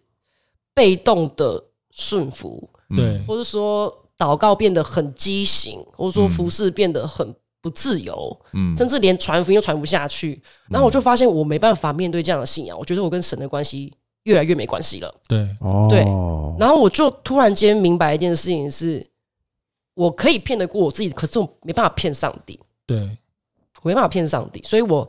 被动的顺服，嗯对，或者说祷告变得很畸形，或者说嗯服饰变得很不自由，嗯甚至连传福音都传不下去。然后我就发现我没办法面对这样的信仰，我觉得我跟神的关系越来越没关系了。对，哦。对然后我就突然间明白一件事情是，我可以骗得过我自己，可是我没办法骗上帝，对，我没办法骗上帝，所以我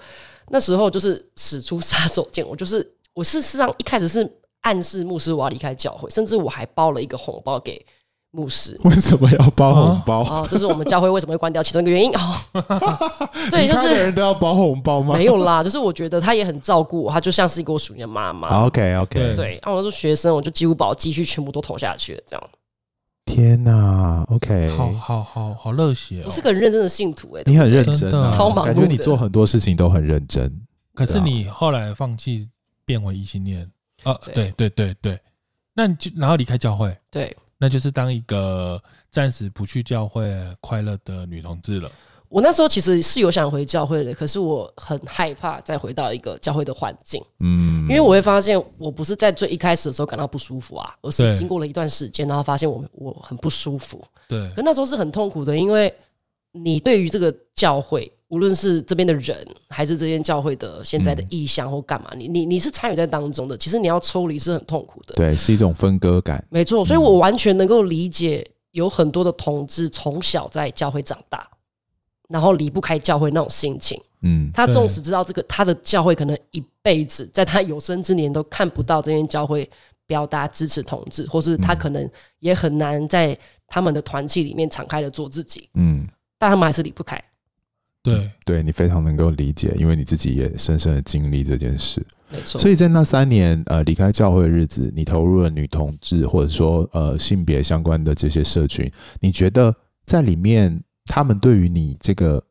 那时候就是使出杀手锏，我就是我事实上一开始是暗示牧师我要离开教会，甚至我还包了一个红包给牧师为什么要包红包？ 哦，这是我们教会为什么会关掉其中一个原因哦。对，离就开的是人都要包红包吗？没有 啦，就是我觉得他也很照顾我，他就像是一个我属于的妈妈。 OK OK，对对，然后我是学生，我就几乎把我积蓄全部都投下去了，这样。天哪，OK，好好好好热血我哦是！个很认真的信徒哎、你很认真啊、真的超忙碌的感觉你做很多事情都很认真。可是你后来放弃变回异性恋，啊，对对对对对，那你就然后离开教会，对，那就是当一个暂时不去教会快乐的女同志了。我那时候其实是有想回教会的，可是我很害怕再回到一个教会的环境，嗯，因为我会发现我不是在最一开始的时候感到不舒服啊，而对是经过了一段时间，然后发现我我很不舒服。对可那时候是很痛苦的，因为你对于这个教会，无论是这边的人，还是这间教会的现在的意向或干嘛，你你你是参与在当中的，其实你要抽离是很痛苦的。对是一种分割感。没错，所以嗯我完全能够理解，有很多的同志从小在教会长大，然后离不开教会那种心情。嗯他对纵使知道这个，他的教会可能一辈子在他有生之年都看不到这间教会表达支持同志，或是他可能也很难在他们的团契里面敞开的做自己，嗯，但他们还是离不开。对，对你非常能够理解，因为你自己也深深的经历这件事。没错，所以在那三年呃离开教会的日子，你投入了女同志或者说呃性别相关的这些社群，你觉得在里面他们对于你这个，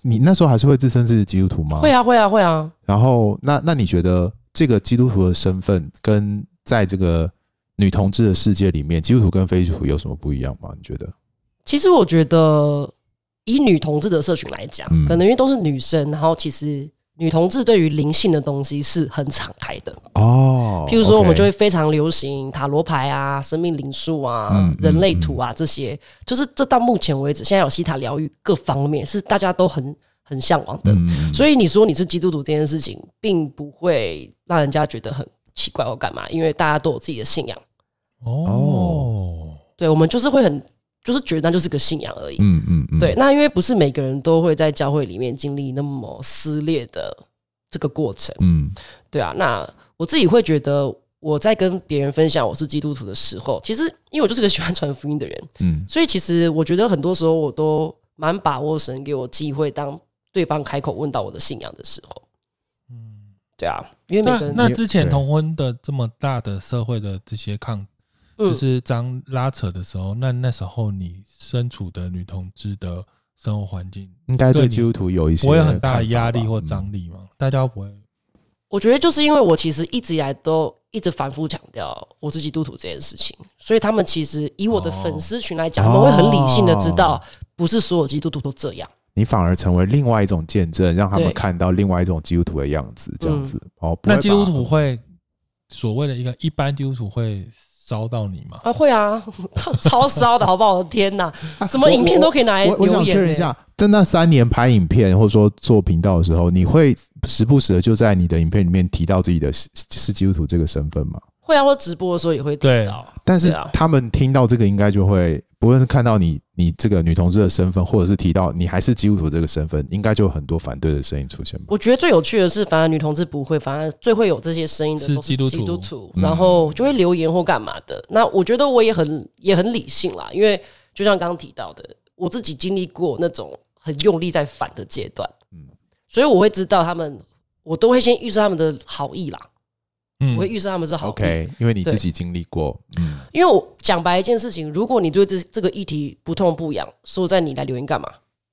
你那时候还是会自称自己是基督徒吗？会。啊，会啊，会啊。然后，那那你觉得这个基督徒的身份跟在这个女同志的世界里面，基督徒跟非基督徒有什么不一样吗？你觉得？其实我觉得，以女同志的社群来讲，嗯可能因为都是女生，然后其实女同志对于灵性的东西是很敞开的。哦譬如说，我们就会非常流行塔罗牌啊、生命灵数啊、嗯人类图啊这些，就是这到目前为止，现在有西塔疗愈各方面是大家都很很向往的。嗯所以你说你是基督徒这件事情，并不会让人家觉得很奇怪或干嘛，因为大家都有自己的信仰。哦，对我们就是会很，就是觉得那就是个信仰而已。嗯嗯嗯，对，，那因为不是每个人都会在教会里面经历那么撕裂的这个过程，嗯对啊。那我自己会觉得，我在跟别人分享我是基督徒的时候，其实因为我就是个喜欢传福音的人，嗯所以其实我觉得很多时候我都蛮把握神给我机会，当对方开口问到我的信仰的时候，嗯，对啊，因为每那个人那之前对同婚的这么大的社会的这些抗就嗯是张拉扯的时候，那那时候你身处的女同志的生活环境，应该对对你基督徒有一些不会有很大的看法吧压力或嗯张力吗？大家不会我觉得就是因为我其实一直以来都一直反复强调我是基督徒这件事情，所以他们其实以我的粉丝群来讲，哦他们会很理性的知哦道，不是所有基督徒都这样。你反而成为另外一种见证，让他们对嗯看到另外一种基督徒的样子，这样子、哦。不会那基督把徒会所谓的一个一般基督徒会烧到你吗？啊，会啊，超超骚的好不好？我的天哪，啊什么影片都可以拿来我我我留想言确认一欸下，在那三年拍影片或者说做频道的时候，你会时不时的就在你的影片里面提到自己的是是基督徒这个身份吗？会啊，我直播的时候也会提对到，但是对啊他们听到这个，应该就会不论是看到你你这个女同志的身份，或者是提到你还是基督徒这个身份，应该就有很多反对的声音出现吧？我觉得最有趣的是，反而女同志不会，反而最会有这些声音的是都是基督徒嗯基督徒，然后就会留言或干嘛的。那我觉得我也很也很理性啦，因为就像刚刚提到的，我自己经历过那种很用力在反的阶段，嗯嗯，所以我会知道他们，我都会先预设他们的好意啦，嗯我会预设他们是好意 OK，因为你对自己经历过，嗯，因为我讲白一件事情，如果你对这这个议题不痛不痒，说在你来留言干嘛？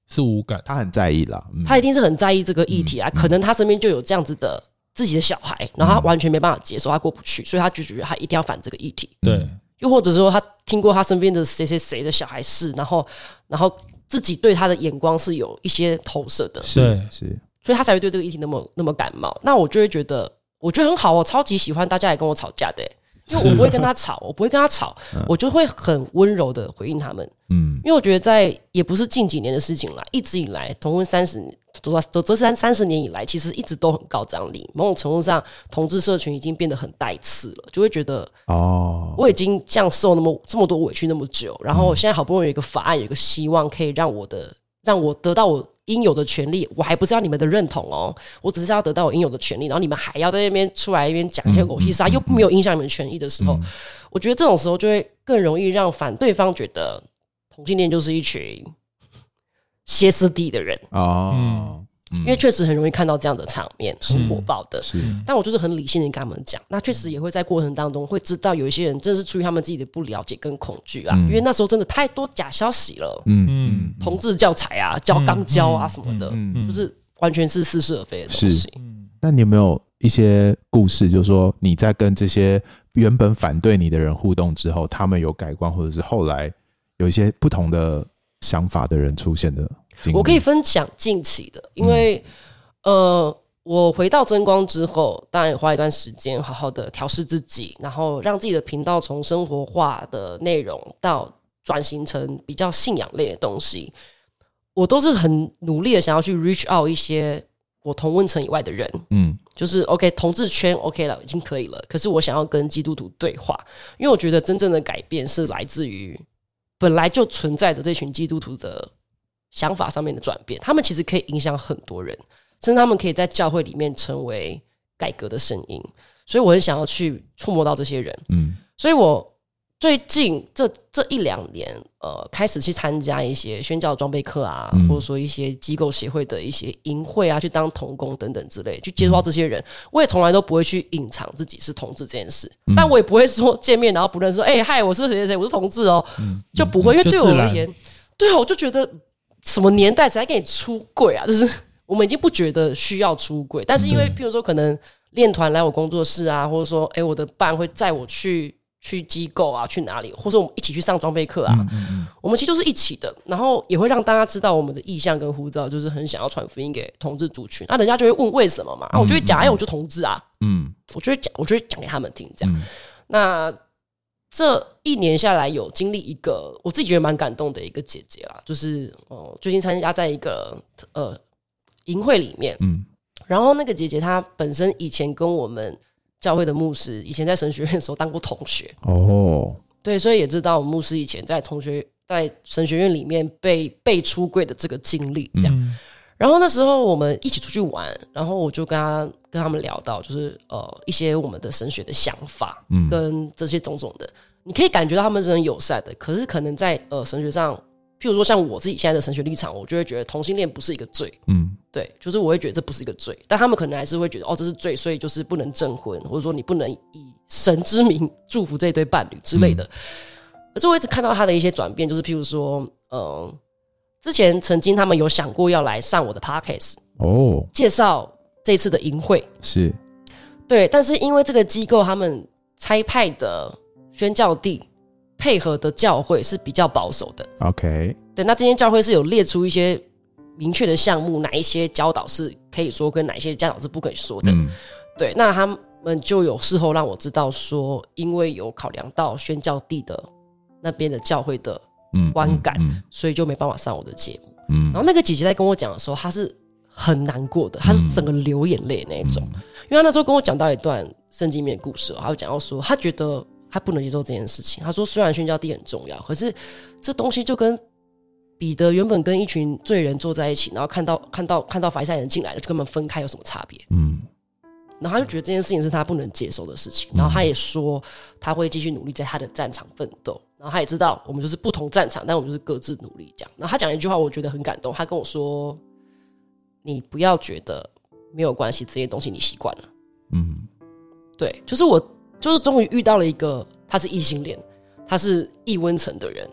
是无感，他很在意啦，嗯、他一定是很在意这个议题啊，嗯可能他身边就有这样子的自己的小孩，然后他完全没办法接受，他过不去，所以他就觉得他一定要反这个议题。对，嗯又或者说，他听过他身边的谁谁谁的小孩是，然后然后自己对他的眼光是有一些投射的，是对是，所以他才会对这个议题那么那么感冒。那我就会觉得，我觉得很好，我超级喜欢大家来跟我吵架的欸、因为我不会跟他吵，我不会跟 他吵，我就会很温柔的回应他们。嗯因为我觉得在也不是近几年的事情啦，一直以来同婚三十走到走这三三十年以来，其实一直都很高张力。某种程度上，同志社群已经变得很带刺了，就会觉得哦，我已经这样受那么这么多委屈那么久，然后现在好不容易有一个法案，有一个希望可以让我的让我得到我应有的权利，我还不是要你们的认同哦，我只是要得到我应有的权利，然后你们还要在那边出来一边讲一些狗屁啥，又没有影响你们权益的时候，哦我觉得这种时候就会更容易让反对方觉得同性恋就是一群歇斯底的人，哦，嗯因为确实很容易看到这样的场面，很火爆的。是但我就是很理性的跟他们讲，那确实也会在过程当中会知道有一些人真的是出于他们自己的不了解跟恐惧啊，嗯因为那时候真的太多假消息了，嗯嗯同志教材啊、教钢教啊嗯什么的，嗯嗯。就是完全是似是而非的东是西。嗯，那你有没有一些故事，就是说你在跟这些原本反对你的人互动之后，他们有改观，或者是后来有一些不同的想法的人出现的经历？嗯我可以分享近期的，因为、呃，我回到真光之后，当然也花一段时间好好的调试自己，然后让自己的频道从生活化的内容到转型成比较信仰类的东西，我都是很努力的想要去 reach out 一些我同温层以外的人，嗯就是 OK 同志圈 OK 了，已经可以了。可是我想要跟基督徒对话，因为我觉得真正的改变是来自于本来就存在的这群基督徒的想法上面的转变。他们其实可以影响很多人，甚至他们可以在教会里面成为改革的声音。所以我很想要去触摸到这些人。嗯所以我最近这这一两年，呃，开始去参加一些宣教装备课啊，嗯或者说一些机构协会的一些营会啊，去当童工等等之类，去接触到这些人。我也从来都不会去隐藏自己是同志这件事，但我也不会说见面然后不认识，哎、嗨，我是谁谁谁，我是同志哦，就不会，因为就对我自而然言，对啊，我就觉得什么年代才给你出柜啊？就是我们已经不觉得需要出柜，但是因为嗯譬如说可能练团来我工作室啊，或者说哎、诶我的伴会载我去去机构啊，去哪里，或者我们一起去上装备课啊，嗯我们其实就是一起的，然后也会让大家知道我们的意向跟护照，就是很想要传福音给同志族群，那、啊人家就会问为什么嘛，啊，我就会讲，哎、我就同志啊，嗯我就会讲，我就会讲给他们听，这样。嗯那这一年下来，有经历一个我自己觉得蛮感动的一个姐姐啦，就是哦、呃最近参加在一个呃营会里面，嗯然后那个姐姐她本身以前跟我们教会的牧师，以前在神学院的时候当过同学，哦，对，所以也知道我们牧师以前在同学在神学院里面被被出柜的这个经历，这样。嗯然后那时候我们一起出去玩，然后我就跟他跟他们聊到，就是呃一些我们的神学的想法，嗯跟这些种种的，你可以感觉到他们是很友善的，可是可能在呃神学上，譬如说像我自己现在的神学立场，我就会觉得同性恋不是一个罪，嗯对，就是我会觉得这不是一个罪，但他们可能还是会觉得哦，这是罪，所以就是不能证婚，或者说你不能以神之名祝福这对伴侣之类的。可是我一直看到他的一些转变，就是譬如说，嗯，之前曾经他们有想过要来上我的 podcast 哦，介绍这次的淫会，是对，但是因为这个机构他们差派的宣教地配合的教会是比较保守的， OK，对，那这间教会是有列出一些明确的项目，哪一些教导是可以说，跟哪一些教导是不可以说的。嗯对，那他们就有事后让我知道说，因为有考量到宣教地的那边的教会的，嗯，观感嗯所以就没办法上我的节目。嗯，然后那个姐姐在跟我讲的时候，她是很难过的，她是整个流眼泪那一种，嗯因为她那时候跟我讲到一段圣经里面的故事哦，她就讲到说，她觉得她不能接受这件事情。她说，虽然宣教地很重要，可是这东西就跟彼得原本跟一群罪人坐在一起，然后看到看到看到法利赛人进来了，就跟他们分开有什么差别？嗯然后他就觉得这件事情是他不能接受的事情，然后他也说他会继续努力在他的战场奋斗，然后他也知道我们就是不同战场，但我们就是各自努力这样。然后他讲了一句话，我觉得很感动，他跟我说：“你不要觉得没有关系，这些东西你习惯了。嗯”对，就是我就是终于遇到了一个他是异性恋，他是异温层的人，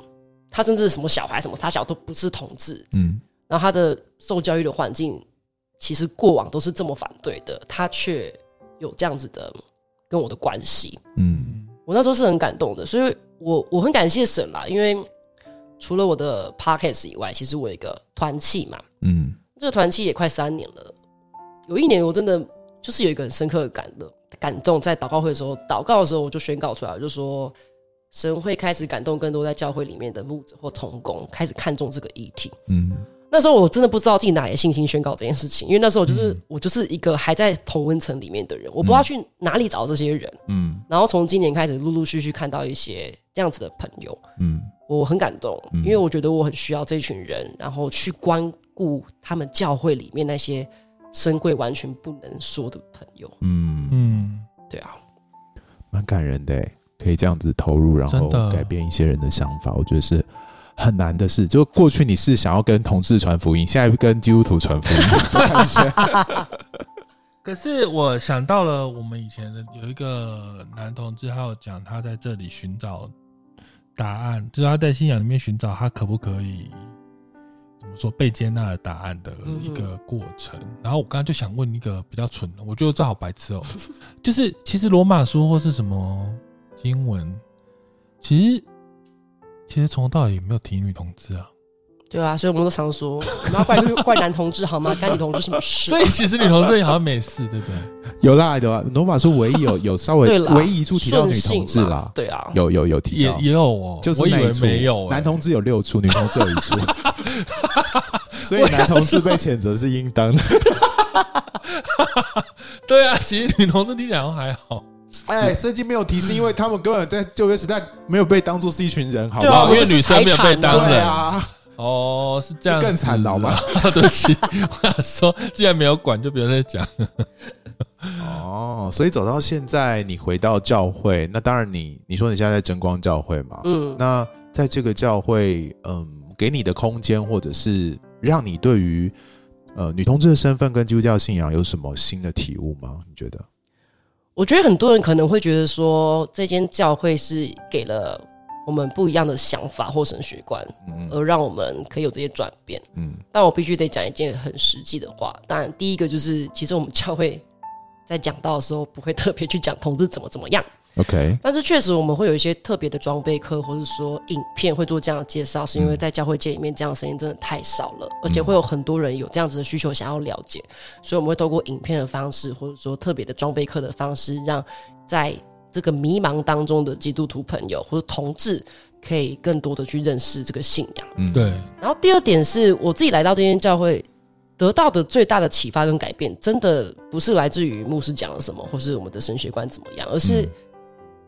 他甚至什么小孩什么他小都不是同志，嗯然后他的受教育的环境其实过往都是这么反对的，他却有这样子的跟我的关系，嗯我那时候是很感动的，所以我我很感谢神啦，因为除了我的 podcast 以外，其实我有一个团契嘛，嗯这个团契也快三年了，有一年我真的就是有一个很深刻的感的感动，在祷告会的时候，祷告的时候我就宣告出来，我就说神会开始感动更多在教会里面的牧者或童工，开始看重这个议题。嗯那时候我真的不知道自己哪来的信心宣告这件事情，因为那时候我就是、我就是一个还在同温层里面的人，我不知道去哪里找这些人。嗯然后从今年开始，陆陆续续看到一些这样子的朋友，嗯我很感动，嗯因为我觉得我很需要这群人，然后去关顾他们教会里面那些深贵完全不能说的朋友。嗯，嗯，对啊，蛮感人的欸，可以这样子投入，然后真的改变一些人的想法，我觉得是。很难的事，就过去你是想要跟同志传福音，现在跟基督徒传福 音，可是我想到了，我们以前的有一个男同志，他有讲他在这里寻找答案，就是他在信仰里面寻找他可不可以怎么说被接纳的答案的一个过程。然后我刚刚就想问一个比较蠢的，我觉得这好白痴哦、就是其实罗马书或是什么经文，其实其实从头到尾也没有提女同志啊，对啊，所以我们都常 说，我们要怪怪男同志好吗？干女同志什么 事？所以其实女同志也好像没事，对不对？有啦有啦，啊罗马书唯一有有稍微 对啦，唯一一处提到女同志顺性啦，对啊，有有有提也到，也有哦、就是我以那一为处没有、欸，男同志有六处，女同志有一 处，所以男同志被谴责是应当的。对啊，其实女同志听起来好像还好， 哎，圣经没有提，是因为他们根本在旧约时代没有被当做是一群人，好不对啊好哦，因？为就是女生没有被当当对人啊，哦，是这样子，更惨了好吗？ 对不起，我想说，既然没有管，就不要再讲。哦，所以走到现在，你回到教会，那当然你你说你现在在争光教会嘛，嗯，那在这个教会，嗯，给你的空间，或者是让你对于呃女同志的身份跟基督教信仰有什么新的体悟吗？你觉得？我觉得很多人可能会觉得说，这间教会是给了我们不一样的想法或神学观，而让我们可以有这些转变。嗯，但我必须得讲一件很实际的话。当然，第一个就是，其实我们教会在讲到的时候，不会特别去讲同志怎么怎么样， OK，但是确实我们会有一些特别的装备课，或是说影片会做这样的介绍，是因为在教会界里面这样的声音真的太少了，而且会有很多人有这样子的需求想要了解，所以我们会透过影片的方式，或者说特别的装备课的方式，让在这个迷茫当中的基督徒朋友或者同志，可以更多的去认识这个信仰。嗯，，对，然后第二点是我自己来到这间教会得到的最大的启发跟改变，真的不是来自于牧师讲了什么，或是我们的神学观怎么样，而是嗯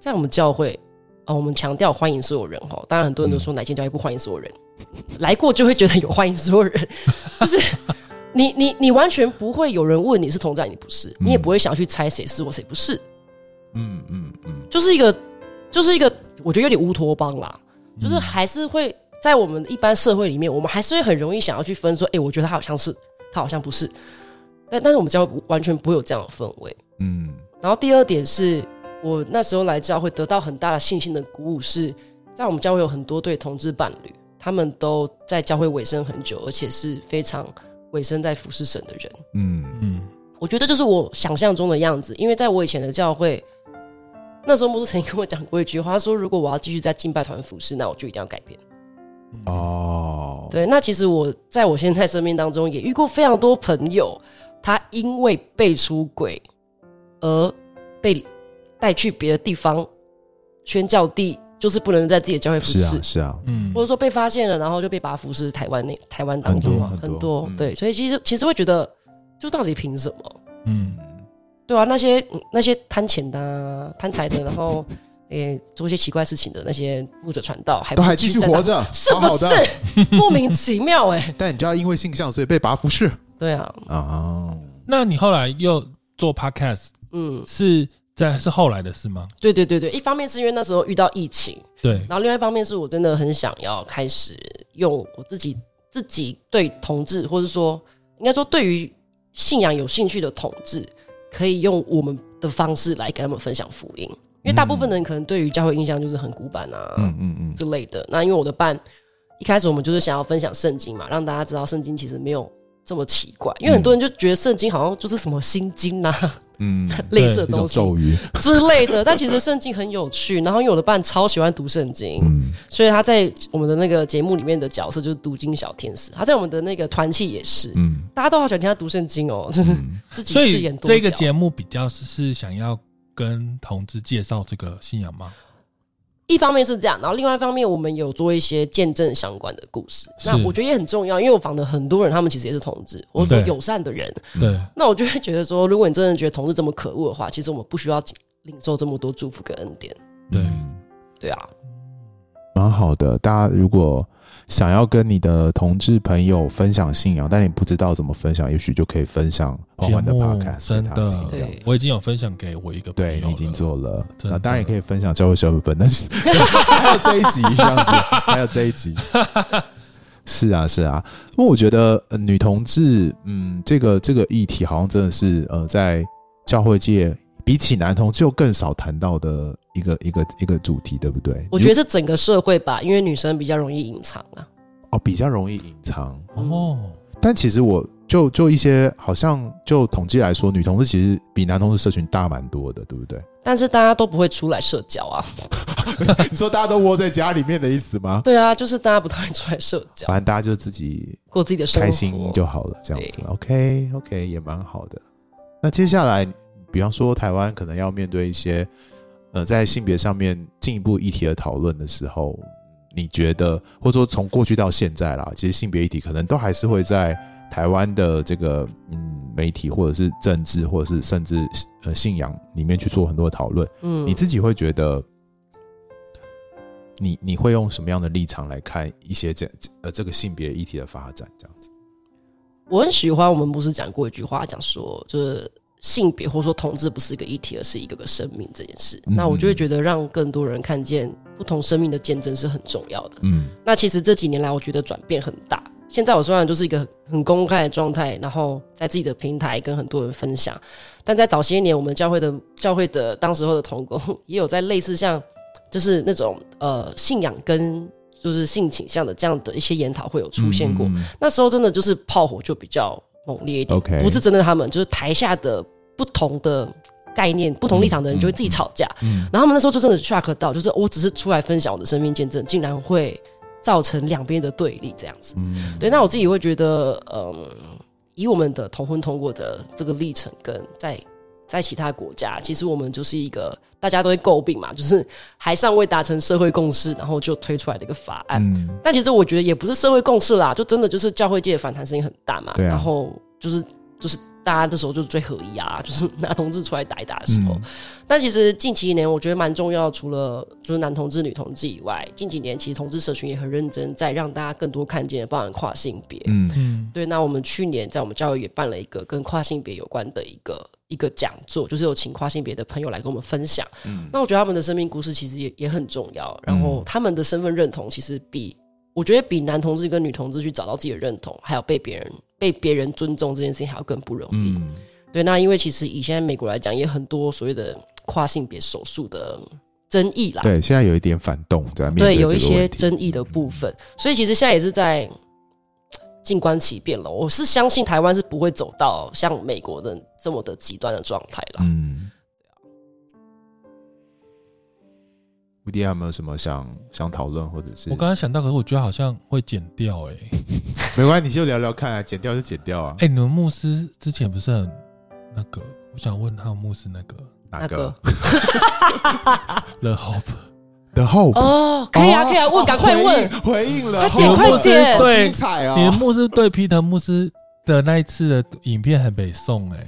在我们教会啊、呃我们强调欢迎所有人哈。当然，很多人都说哪间教会不欢迎所有人，来过就会觉得有欢迎所有人， 就是。你你你完全不会有人问你是同在你不是，你也不会想要去猜谁是或谁不是，嗯嗯嗯，就是一个，就是一个，我觉得有点乌托邦啦，就是还是会在我们一般社会里面，我们还是会很容易想要去分说，哎、我觉得他好像是，他好像不是，但但是我们教会完全不会有这样的氛围。嗯然后第二点是我那时候来教会得到很大的信心的鼓舞是，在我们教会有很多对同志伴侣，他们都在教会委身很久，而且是非常委身在服侍神的人。嗯嗯，我觉得这就是我想象中的样子，因为在我以前的教会，那时候牧师曾经跟我讲过一句话，他说如果我要继续在敬拜团服侍，那我就一定要改变。嗯，哦，对，那其实我在我现在生命当中也遇过非常多朋友，他因为被出轨而被带去别的地方宣教地，就是不能在自己的教会服是侍啊，是啊，嗯或者说被发现了，然后就被把他服侍台湾那台湾当很中多嘛很很多嗯对，所以其实其实会觉得，就到底凭什么？嗯嗯对啊，那些嗯那些贪钱的、啊、贪财的，然后诶、做一些奇怪事情的那些牧者传道，还不都是还继续在那活，着， 是好不好的。是 莫名其妙、欸？哎，但你就要因为性向，所以被拔服饰对啊，啊，那你后来又做 podcast 嗯，是在是后来的事吗？对对对对，一方面是因为那时候遇到疫情，对，然后另外一方面是我真的很想要开始用我自己自己对同志，或者说应该说对于信仰有兴趣的同志，可以用我们的方式来给他们分享福音。因为大部分人可能对于教会印象就是很古板啊，嗯嗯嗯，之类的。那因为我的伴一开始我们就是想要分享圣经嘛，让大家知道圣经其实没有这么奇怪，因为很多人就觉得圣经好像就是什么心经呐、啊、嗯， 类似一的种东西咒语，之类的，但其实圣经很有趣。然后因为我的伴超喜欢读圣经，嗯所以他在我们的那个节目里面的角色就是读经小天使，他在我们的那个团契也是。嗯大家都好喜欢听他读圣经哦，就是嗯自己所饰以演多角。这个节目比较是是想要跟同志介绍这个信仰吗？一方面是这样，然后另外一方面，我们有做一些见证相关的故事。那是我觉得也很重要，因为我访的很多人，他们其实也是同志，或者说对友善的人。对，那我就会觉得说，如果你真的觉得同志这么可恶的话，其实我们不需要领受这么多祝福跟恩典。对嗯对 啊，蛮好的。大家如果想要跟你的同志朋友分享信仰，但你不知道怎么分享，也许就可以分享欢节欢的目 podcast 真给他听的这样对，我已经有分享给我一个朋友对你已经了做了，真的那当然也可以分享教会小本本，但是还有这一集这样 子，还有这一集。是啊，是啊，因为我觉得、呃、女同志，嗯，这个这个议题好像真的是呃，在教会界比起男同志又更少谈到的一个一个一个主题，对不对？我觉得是整个社会吧，因为女生比较容易隐藏啊。哦，比较容易隐藏，哦，但其实我就就一些好像就统计来说，女同志其实比男同志社群大蛮多的，对不 对？但是大家都不会出来社交啊，你说大家都窝在家里面的意思吗？对啊，就是大家不太会出来社交，反正大家就自己过自己的生活，开心就好了，这样子对。 OK OK 也蛮好的。那接下来，比方说台湾可能要面对一些呃在性别上面进一步议题的讨论的时候，你觉得或者说从过去到现在啦，其实性别议题可能都还是会在台湾的这个嗯媒体或者是政治或者是甚至呃信仰里面去做很多的讨论。嗯你自己会觉得你，你会用什么样的立场来看一些这这呃这个性别议题的发展？这样子，我很喜欢我们不是讲过一句话，讲说就是性别或者说同志不是一个议题，而是一个个生命这件事。嗯那我就会觉得让更多人看见不同生命的见证是很重要的。嗯那其实这几年来，我觉得转变很大。现在我虽然就是一个很很公开的状态，然后在自己的平台跟很多人分享，但在早些年，我们教会的教会的当时候的同工也有在类似像就是那种呃信仰跟就是性倾向的这样的一些研讨会有出现过。嗯嗯嗯那时候真的就是炮火就比较猛烈一点 OK 不是针对他们，就是台下的不同的概念、不同立场的人就会自己吵架。嗯然后他们那时候就真的 shock 到，就是我只是出来分享我的生命见证，竟然会造成两边的对立这样子。嗯，对，那我自己会觉得，嗯，以我们的同婚通过的这个历程，跟在在其他国家，其实我们就是一个大家都会诟病嘛，就是还尚未达成社会共识，然后就推出来的一个法案。嗯但其实我觉得也不是社会共识啦，就真的就是教会界的反弹声音很大嘛，对啊然后就是就是大家这时候就是最合一啊，就是拿同志出来打一打的时候。嗯但其实近几年我觉得蛮重要，除了就是男同志、女同志以外，近几年其实同志社群也很认真在让大家更多看见，包含跨性别。嗯嗯对，那我们去年在我们教育也办了一个跟跨性别有关的一个一个讲座，就是有请跨性别的朋友来跟我们分享。嗯那我觉得他们的生命故事其实也也很重要，然后嗯他们的身份认同其实比我觉得比男同志跟女同志去找到自己的认同，还有被别人被别人尊重这件事情还要更不容易。嗯对，那因为其实以现在美国来讲，也很多所谓的跨性别手术的争议啦，对，现在有一点反动在面对，这有一个些问题争议的部分，所以其实现在也是在静观其变了。我是相信台湾是不会走到像美国的这么的极端的状态啦。嗯，吴迪还有没有什么想想讨论，或者是我刚刚想到，可是我觉得好像会剪掉哎、欸、没关系，你就聊聊看啊，剪掉就剪掉啊哎、。你们牧师之前不是很那个？我想问他们牧师那个哪个个 The Hope， The Hope？哦，可以啊，哦可以啊，问，赶快问。回应回应了，哦快点 Hope 快点好对精彩你的哦！牧师对 Peter 牧师的那一次的影片很北宋哎、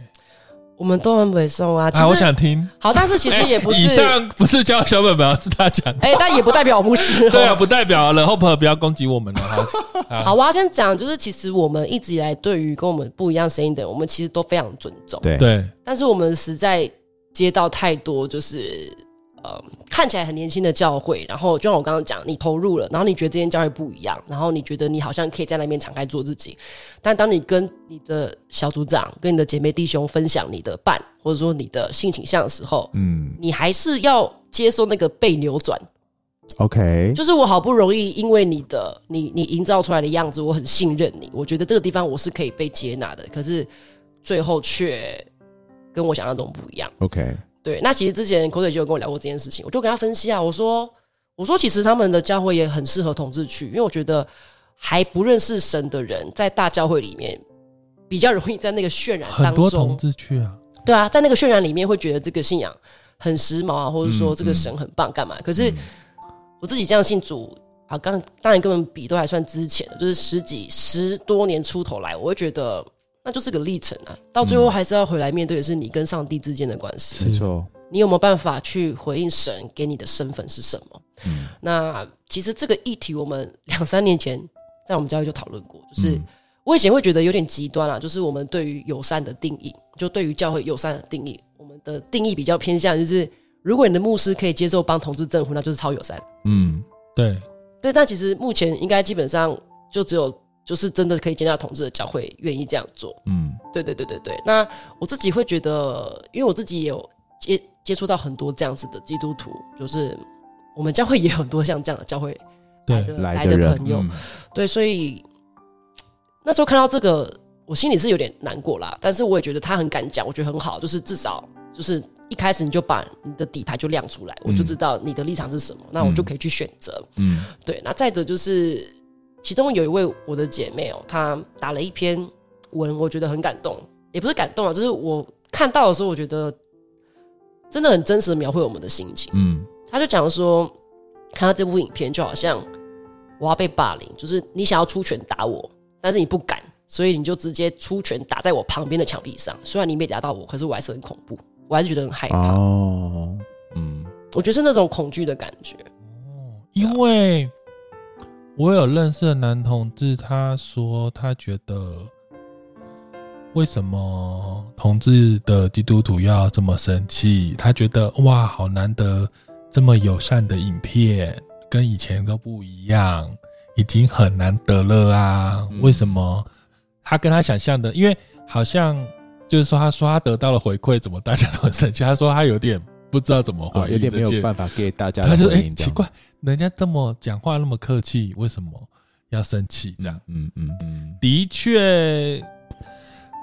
我们都很北宋啊啊，其啊，我实想听。好，但是其实也不 以是，上不是教小本本，是他 讲的。哎，但也不代表我牧师哦。对啊，不代表 The Hope 不要攻击我们了。好，好，我要先讲，就是其实我们一直以来对于跟我们不一样声音的人，我们其实都非常尊重。对，对，但是我们实在接到太多就是呃看起来很年轻的教会，然后就像我刚刚讲，你投入了，然后你觉得这间教会不一样，然后你觉得你好像可以在那边敞开做自己，但当你跟你的小组长、跟你的姐妹弟兄分享你的伴或者说你的性倾向的时候，嗯你还是要接受那个被扭转， ，OK，就是我好不容易因为你的你你营造出来的样子，我很信任你，我觉得这个地方我是可以被接纳的，可是最后却跟我想象中不一样。 OK，对，那其实之前口水就有跟我聊过这件事情，我就跟他分析啊，我说我说其实他们的教会也很适合同志去，因为我觉得还不认识神的人在大教会里面比较容易在那个渲染很当多同中，志去啊，对啊，在那个渲染里面会觉得这个信仰很时髦啊，或者说嗯这个神很棒干嘛？可嗯是我自己这样信主啊，刚当然根本比都还算之前的，就是十几十多年出头来，我会觉得。那就是个历程啊，到最后嗯还是要回来面对的是你跟上帝之间的关系。是没错，你有没有办法去回应神给你的身份是什么？嗯那其实这个议题，我们两三年前在我们教育就讨论过，就是、嗯我以前会觉得有点极端啦，啊就是我们对于友善的定义，就对于教会友善的定义，我们的定义比较偏向就是，如果你的牧师可以接受帮同志证婚，那就是超友善。嗯，对，对，但其实目前应该基本上就只有就是真的可以接纳同志的教会愿意这样做。嗯对对对对对。那我自己会觉得，因为我自己也有接接触到很多这样子的基督徒，就是我们教会也有很多像这样的教会对来的来的人嗯朋友，对，所以那时候看到这个，我心里是有点难过啦。但是我也觉得他很敢讲，我觉得很好，就是至少就是一开始你就把你的底牌就亮出来，我就嗯知道你的立场是什么，那我就可以去选择。嗯对，那再者就是，其中有一位我的姐妹哦，她打了一篇文，我觉得很感动，也不是感动啊，就是我看到的时候，我觉得真的很真实的描绘我们的心情。嗯她就讲说，看到这部影片就好像我要被霸凌，就是你想要出拳打我，但是你不敢，所以你就直接出拳打在我旁边的墙壁上。虽然你没打到我，可是我还是很恐怖，我还是觉得很害嗯，怕。哦，嗯我觉得是那种恐惧的感觉。哦，因为我有认识的男同志，他说他觉得为什么同志的基督徒要这么生气？他觉得哇，好难得这么友善的影片，跟以前都不一样，已经很难得了啊！嗯为什么他跟他想象的，因为好像就是说，他说他得到了回馈，怎么大家都很生气？他说他有点不知道怎么啊回有应点没这有件。办法给大家他就的哎、回应，这奇样怪，人家这么讲话那么客气，为什么要生气？这样、嗯嗯嗯的确，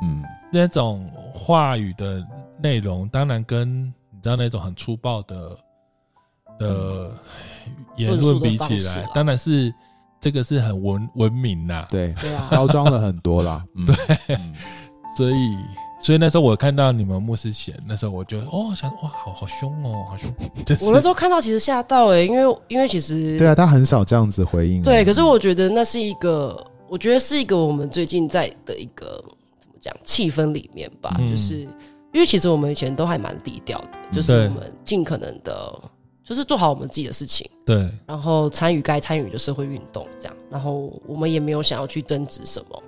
嗯那种话语的内容，当然跟你知道那种很粗暴的的言论比起嗯论述的方式来啦，当然是这个是很文文明呐、对，对啊，包装了很多啦，嗯、对、所以，所以那时候我看到你们牧师写，那时候我就哦想哇，好好凶哦，好凶！ 就是、 我那时候看到其实吓到哎、欸，因为因为其实对啊，他很少这样子回应啊，对，可是我觉得那是一个，我觉得是一个我们最近在的一个怎么讲气氛里面吧，嗯就是因为其实我们以前都还蛮低调的，就是对我们尽可能的，就是做好我们自己的事情，对然后参与该参与的社会运动，这样，然后我们也没有想要去争执什么，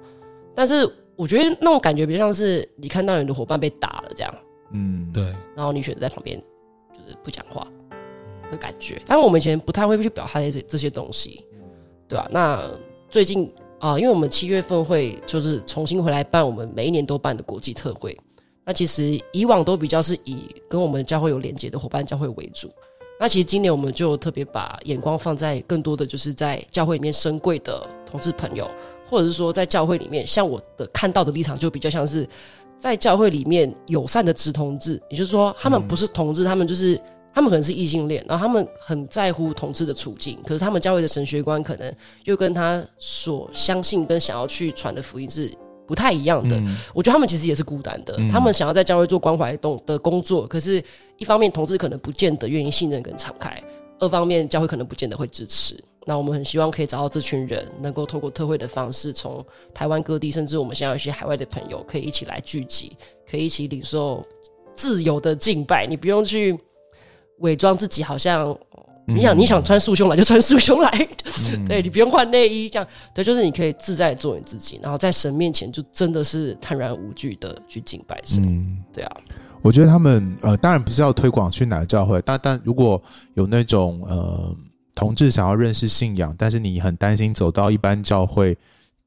但是我觉得那种感觉比较像是你看到你的伙伴被打了这样，嗯对，然后你选择在旁边就是不讲话的感觉。但我们以前不太会去表态这这些东西，对吧、那最近啊、因为我们七月份会就是重新回来办我们每一年都办的国际特会，那其实以往都比较是以跟我们教会有连结的伙伴教会为主。那其实今年我们就特别把眼光放在更多的就是在教会里面深贵的同志朋友，或者是说在教会里面，像我的看到的立场就比较像是在教会里面友善的直同志，也就是说他们不是同志，他们就是他们可能是异性恋，然后他们很在乎同志的处境，可是他们教会的神学观可能又跟他所相信跟想要去传的福音是不太一样的。嗯我觉得他们其实也是孤单的，嗯他们想要在教会做关怀动的工作，可是一方面同志可能不见得愿意信任跟敞开，二方面教会可能不见得会支持。那我们很希望可以找到这群人，能够透过特会的方式，从台湾各地，甚至我们现在有一些海外的朋友，可以一起来聚集，可以一起领受自由的敬拜。你不用去伪装自己，好像你嗯想、你想穿束胸来就穿束胸来，嗯对你不用换内衣，这样对，就是你可以自在地做你自己，然后在神面前就真的是坦然无惧的去敬拜神。嗯，对啊，我觉得他们呃，当然不是要推广去哪个教会，但但如果有那种呃同志想要认识信仰，但是你很担心走到一般教会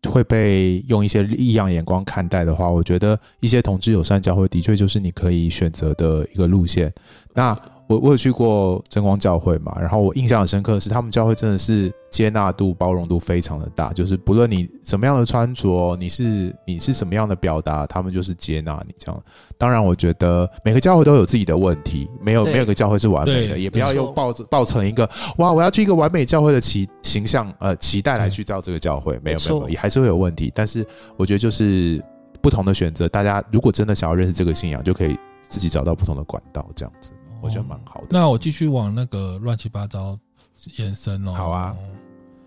会被用一些异样眼光看待的话，我觉得一些同志友善教会的确就是你可以选择的一个路线。那我我有去过真光教会嘛，然后我印象很深刻的是，他们教会真的是接纳度、包容度非常的大，就是不论你什么样的穿着，你是你是什么样的表达，他们就是接纳你这样。当然，我觉得每个教会都有自己的问题，没有对没有一个教会是完美的，对啊也不要没错用抱着抱成一个哇，我要去一个完美教会的期形象呃期待来去到这个教会，没有没没错有没有，也还是会有问题。但是我觉得就是不同的选择，大家如果真的想要认识这个信仰，就可以自己找到不同的管道，这样子我哦觉得蛮好的。那我继续往那个乱七八糟延伸哦。好啊哦，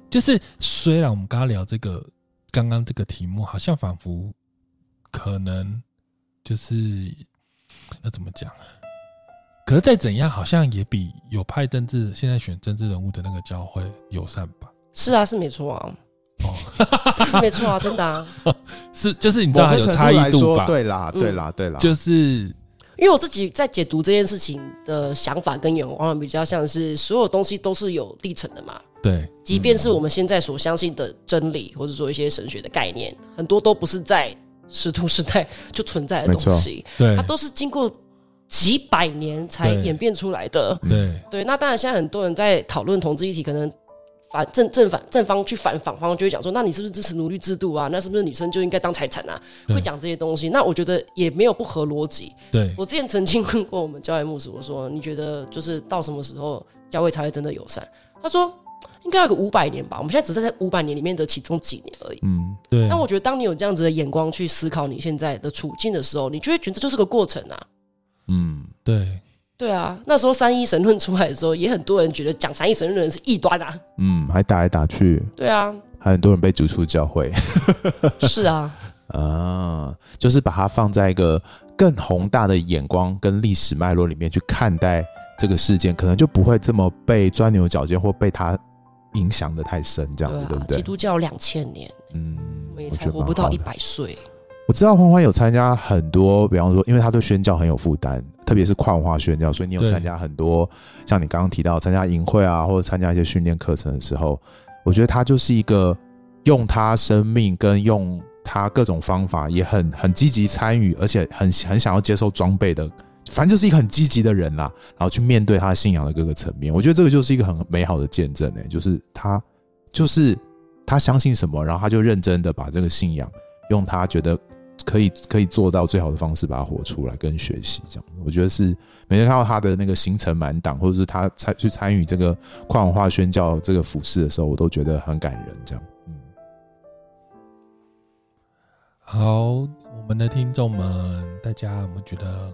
就是虽然我们刚刚聊这个，刚刚这个题目好像仿佛可能就是要怎么讲啊？可是再怎样，好像也比有派政治现在选政治人物的那个教会友善吧？是啊，是没错啊，哦， 是没错啊，真的啊。是就是你知道还有差某个异程度度来吧？说，对啦，嗯对啦，对啦，就是因为我自己在解读这件事情的想法跟眼光比较像是，所有东西都是有历程的嘛。对即便是我们现在所相信的真理，或者说一些神学的概念，很多都不是在使徒时代就存在的东西，对它啊都是经过几百年才对演变出来的。对对，那当然，现在很多人在讨论同志议题，可能反正正反正方去反反方，就会讲说，那你是不是支持奴隶制度啊？那是不是女生就应该当财产啊？对会讲这些东西，那我觉得也没有不合逻辑。对，我之前曾经问过我们教会牧师，我说你觉得就是到什么时候教会才会真的友善？他说应该有个五百年吧，我们现在只是在五百年里面的其中几年而已。嗯，对，那我觉得，当你有这样子的眼光去思考你现在的处境的时候，你就会觉得这就是个过程啊。嗯，对对啊，那时候三一神论出来的时候，也很多人觉得讲三一神论的人是异端啊。嗯，还打来打去，对啊，还很多人被逐出教会是啊，啊，就是把它放在一个更宏大的眼光跟历史脉络里面去看待这个事件，可能就不会这么被钻牛角尖或被它影响的太深， 这样子对啊不，基对？督教两千年，嗯，我们也我觉才得活蛮不到好一的百岁。我知道欢欢有参加很多，比方说，因为他对宣教很有负担，特别是跨文化宣教，所以你有对参加很多，像你刚刚提到参加营会啊，或者参加一些训练课程的时候，我觉得他就是一个用他生命跟用他各种方法，也很很积极参与，而且很很想要接受装备的反正就是一个很积极的人啦，然后去面对他信仰的各个层面。我觉得这个就是一个很美好的见证诶、就是他就是他相信什么，然后他就认真的把这个信仰用他觉得可以可以做到最好的方式把它活出来跟学习这样。我觉得是每天看到他的那个行程满档，或者是他参去参与这个跨文化宣教这个服饰的时候，我都觉得很感人这样。嗯，好，我们的听众们，大家有没有觉得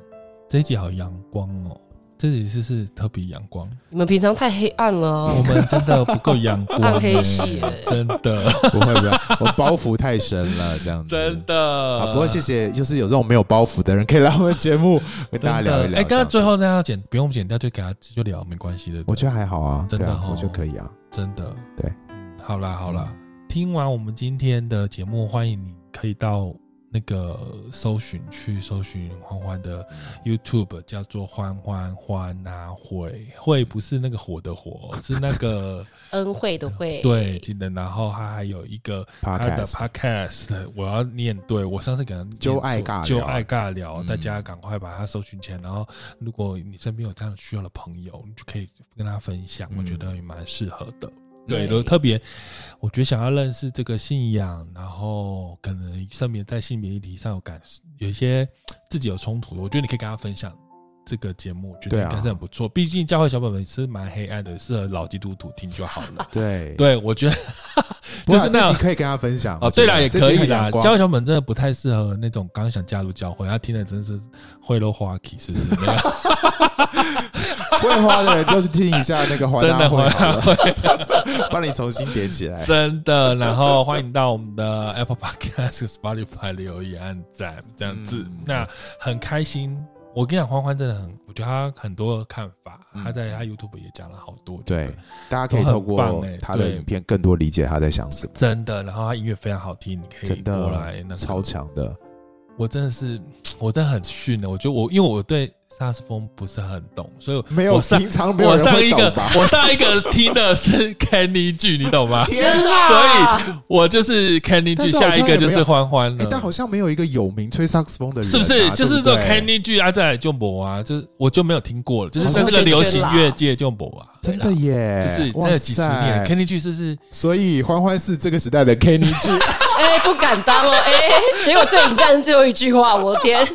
这一集好阳光哦？这集是不是特别阳光，你们平常太黑暗哦了我，们真的不够阳 光、暗黑系欸真的，不会 不会，我包袱太深了这样子。真的。啊，不过谢谢，就是有这种没有包袱的人，可以来我们节目真跟的，大家聊一聊。哎，刚这刚样子最后那要剪，不用剪掉，就给他就聊，没关系的。我觉得还好啊，真的对啊哦我觉得可以啊。真的，对嗯，好啦好啦，听完我们今天的节目，欢迎你可以到那个搜寻去搜寻欢欢的 YouTube，叫做欢欢欢啊会会不是那个火的火，是那个恩惠的惠，对，记得。然后他还有一个他的 Podcast， Podcast，我要念对，我上次给他念就错爱尬聊就爱尬聊，嗯大家赶快把它搜寻起来。然后，如果你身边有这样需要的朋友，你就可以跟他分享，嗯我觉得也蛮适合的。对对，如果特别，我觉得想要认识这个信仰，然后可能身边在性别议题上有感，有一些自己有冲突的，我觉得你可以跟他分享这个节目，我觉得对应啊。该是很不错。毕竟教会小本本是蛮黑暗的，适合老基督徒听就好了对，对，我觉得不过就是那这样集可以跟他分享哦，对啦，也可以啦。教教会小本真的不太适合那种刚想加入教会，他听的真是会漏花题，是不 是？没有会花的人就是听一下那个华真大的会华好纳 了，帮你重新叠起来。真的。然后欢迎到我们的 Apple Podcast、Spotify 留言、按赞这样子嗯。那很开心。我跟你讲，欢欢真的很，我觉得他很多的看法，嗯他在他 YouTube 也讲了好多。我觉得对，大家可以透过欸他的影片更多理解他在想什么，真的。然后他音乐非常好听，你可以真过来那个的超强的。我真的是，我真的很逊的。我觉得我因为我对萨克斯风不是很懂，所以没有，我上平常没有我人上会一懂个吧？我上一个听的是 Kenny G，你懂吗？天啊！所以我就是 Kenny 但 G，是好像下一个就是欢欢哎了，，但好像没有一个有名吹萨克斯风的人啊，是不是？就是这这种 Kenny G 啊，再来就博啊，就是我就没有听过了，就是在好像这个流行乐界就博啊，真的耶，就是哇那几十年塞 Kenny G 是不是？所以欢欢是这个时代的 Kenny G，哎、不敢当哦，哎、结果最引战是最后一句话，我的天！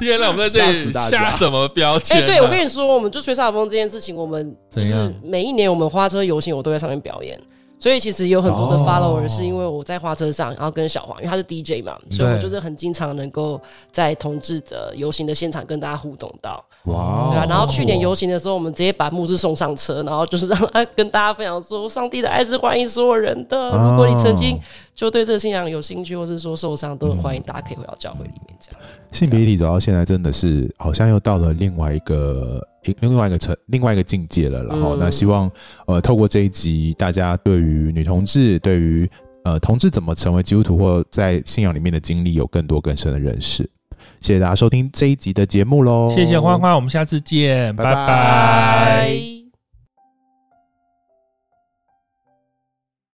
天哪，我们在这里吓死大家下什么标哎、签啊？对我跟你说，我们就吹萨克风这件事情，我们就怎是样每一年我们花车游行，我都在上面表演。所以其实有很多的哦 follower 是因为我在花车上，然后跟小黄，因为他是 DJ 嘛，所以我就是很经常能够在同志的游行的现场跟大家互动到。哇对啊，哦然后去年游行的时候，我们直接把牧师送上车，然后就是让他跟大家分享说，上帝的爱是欢迎所有人的。哦如果你曾经就对这个信仰有兴趣，或是说受伤，都很欢迎大家可以回到教会里面这样。性别议题走到现在，真的是好像又到了另外一个一另外一个层另外一个境界了。然后，嗯那希望呃，透过这一集，大家对于女同志，对于呃同志怎么成为基督徒或在信仰里面的经历，有更多更深的认识。啊谢谢大家收听这一集的节目喽，谢谢欢。欢，我们下次见，拜哦拜拜拜。拜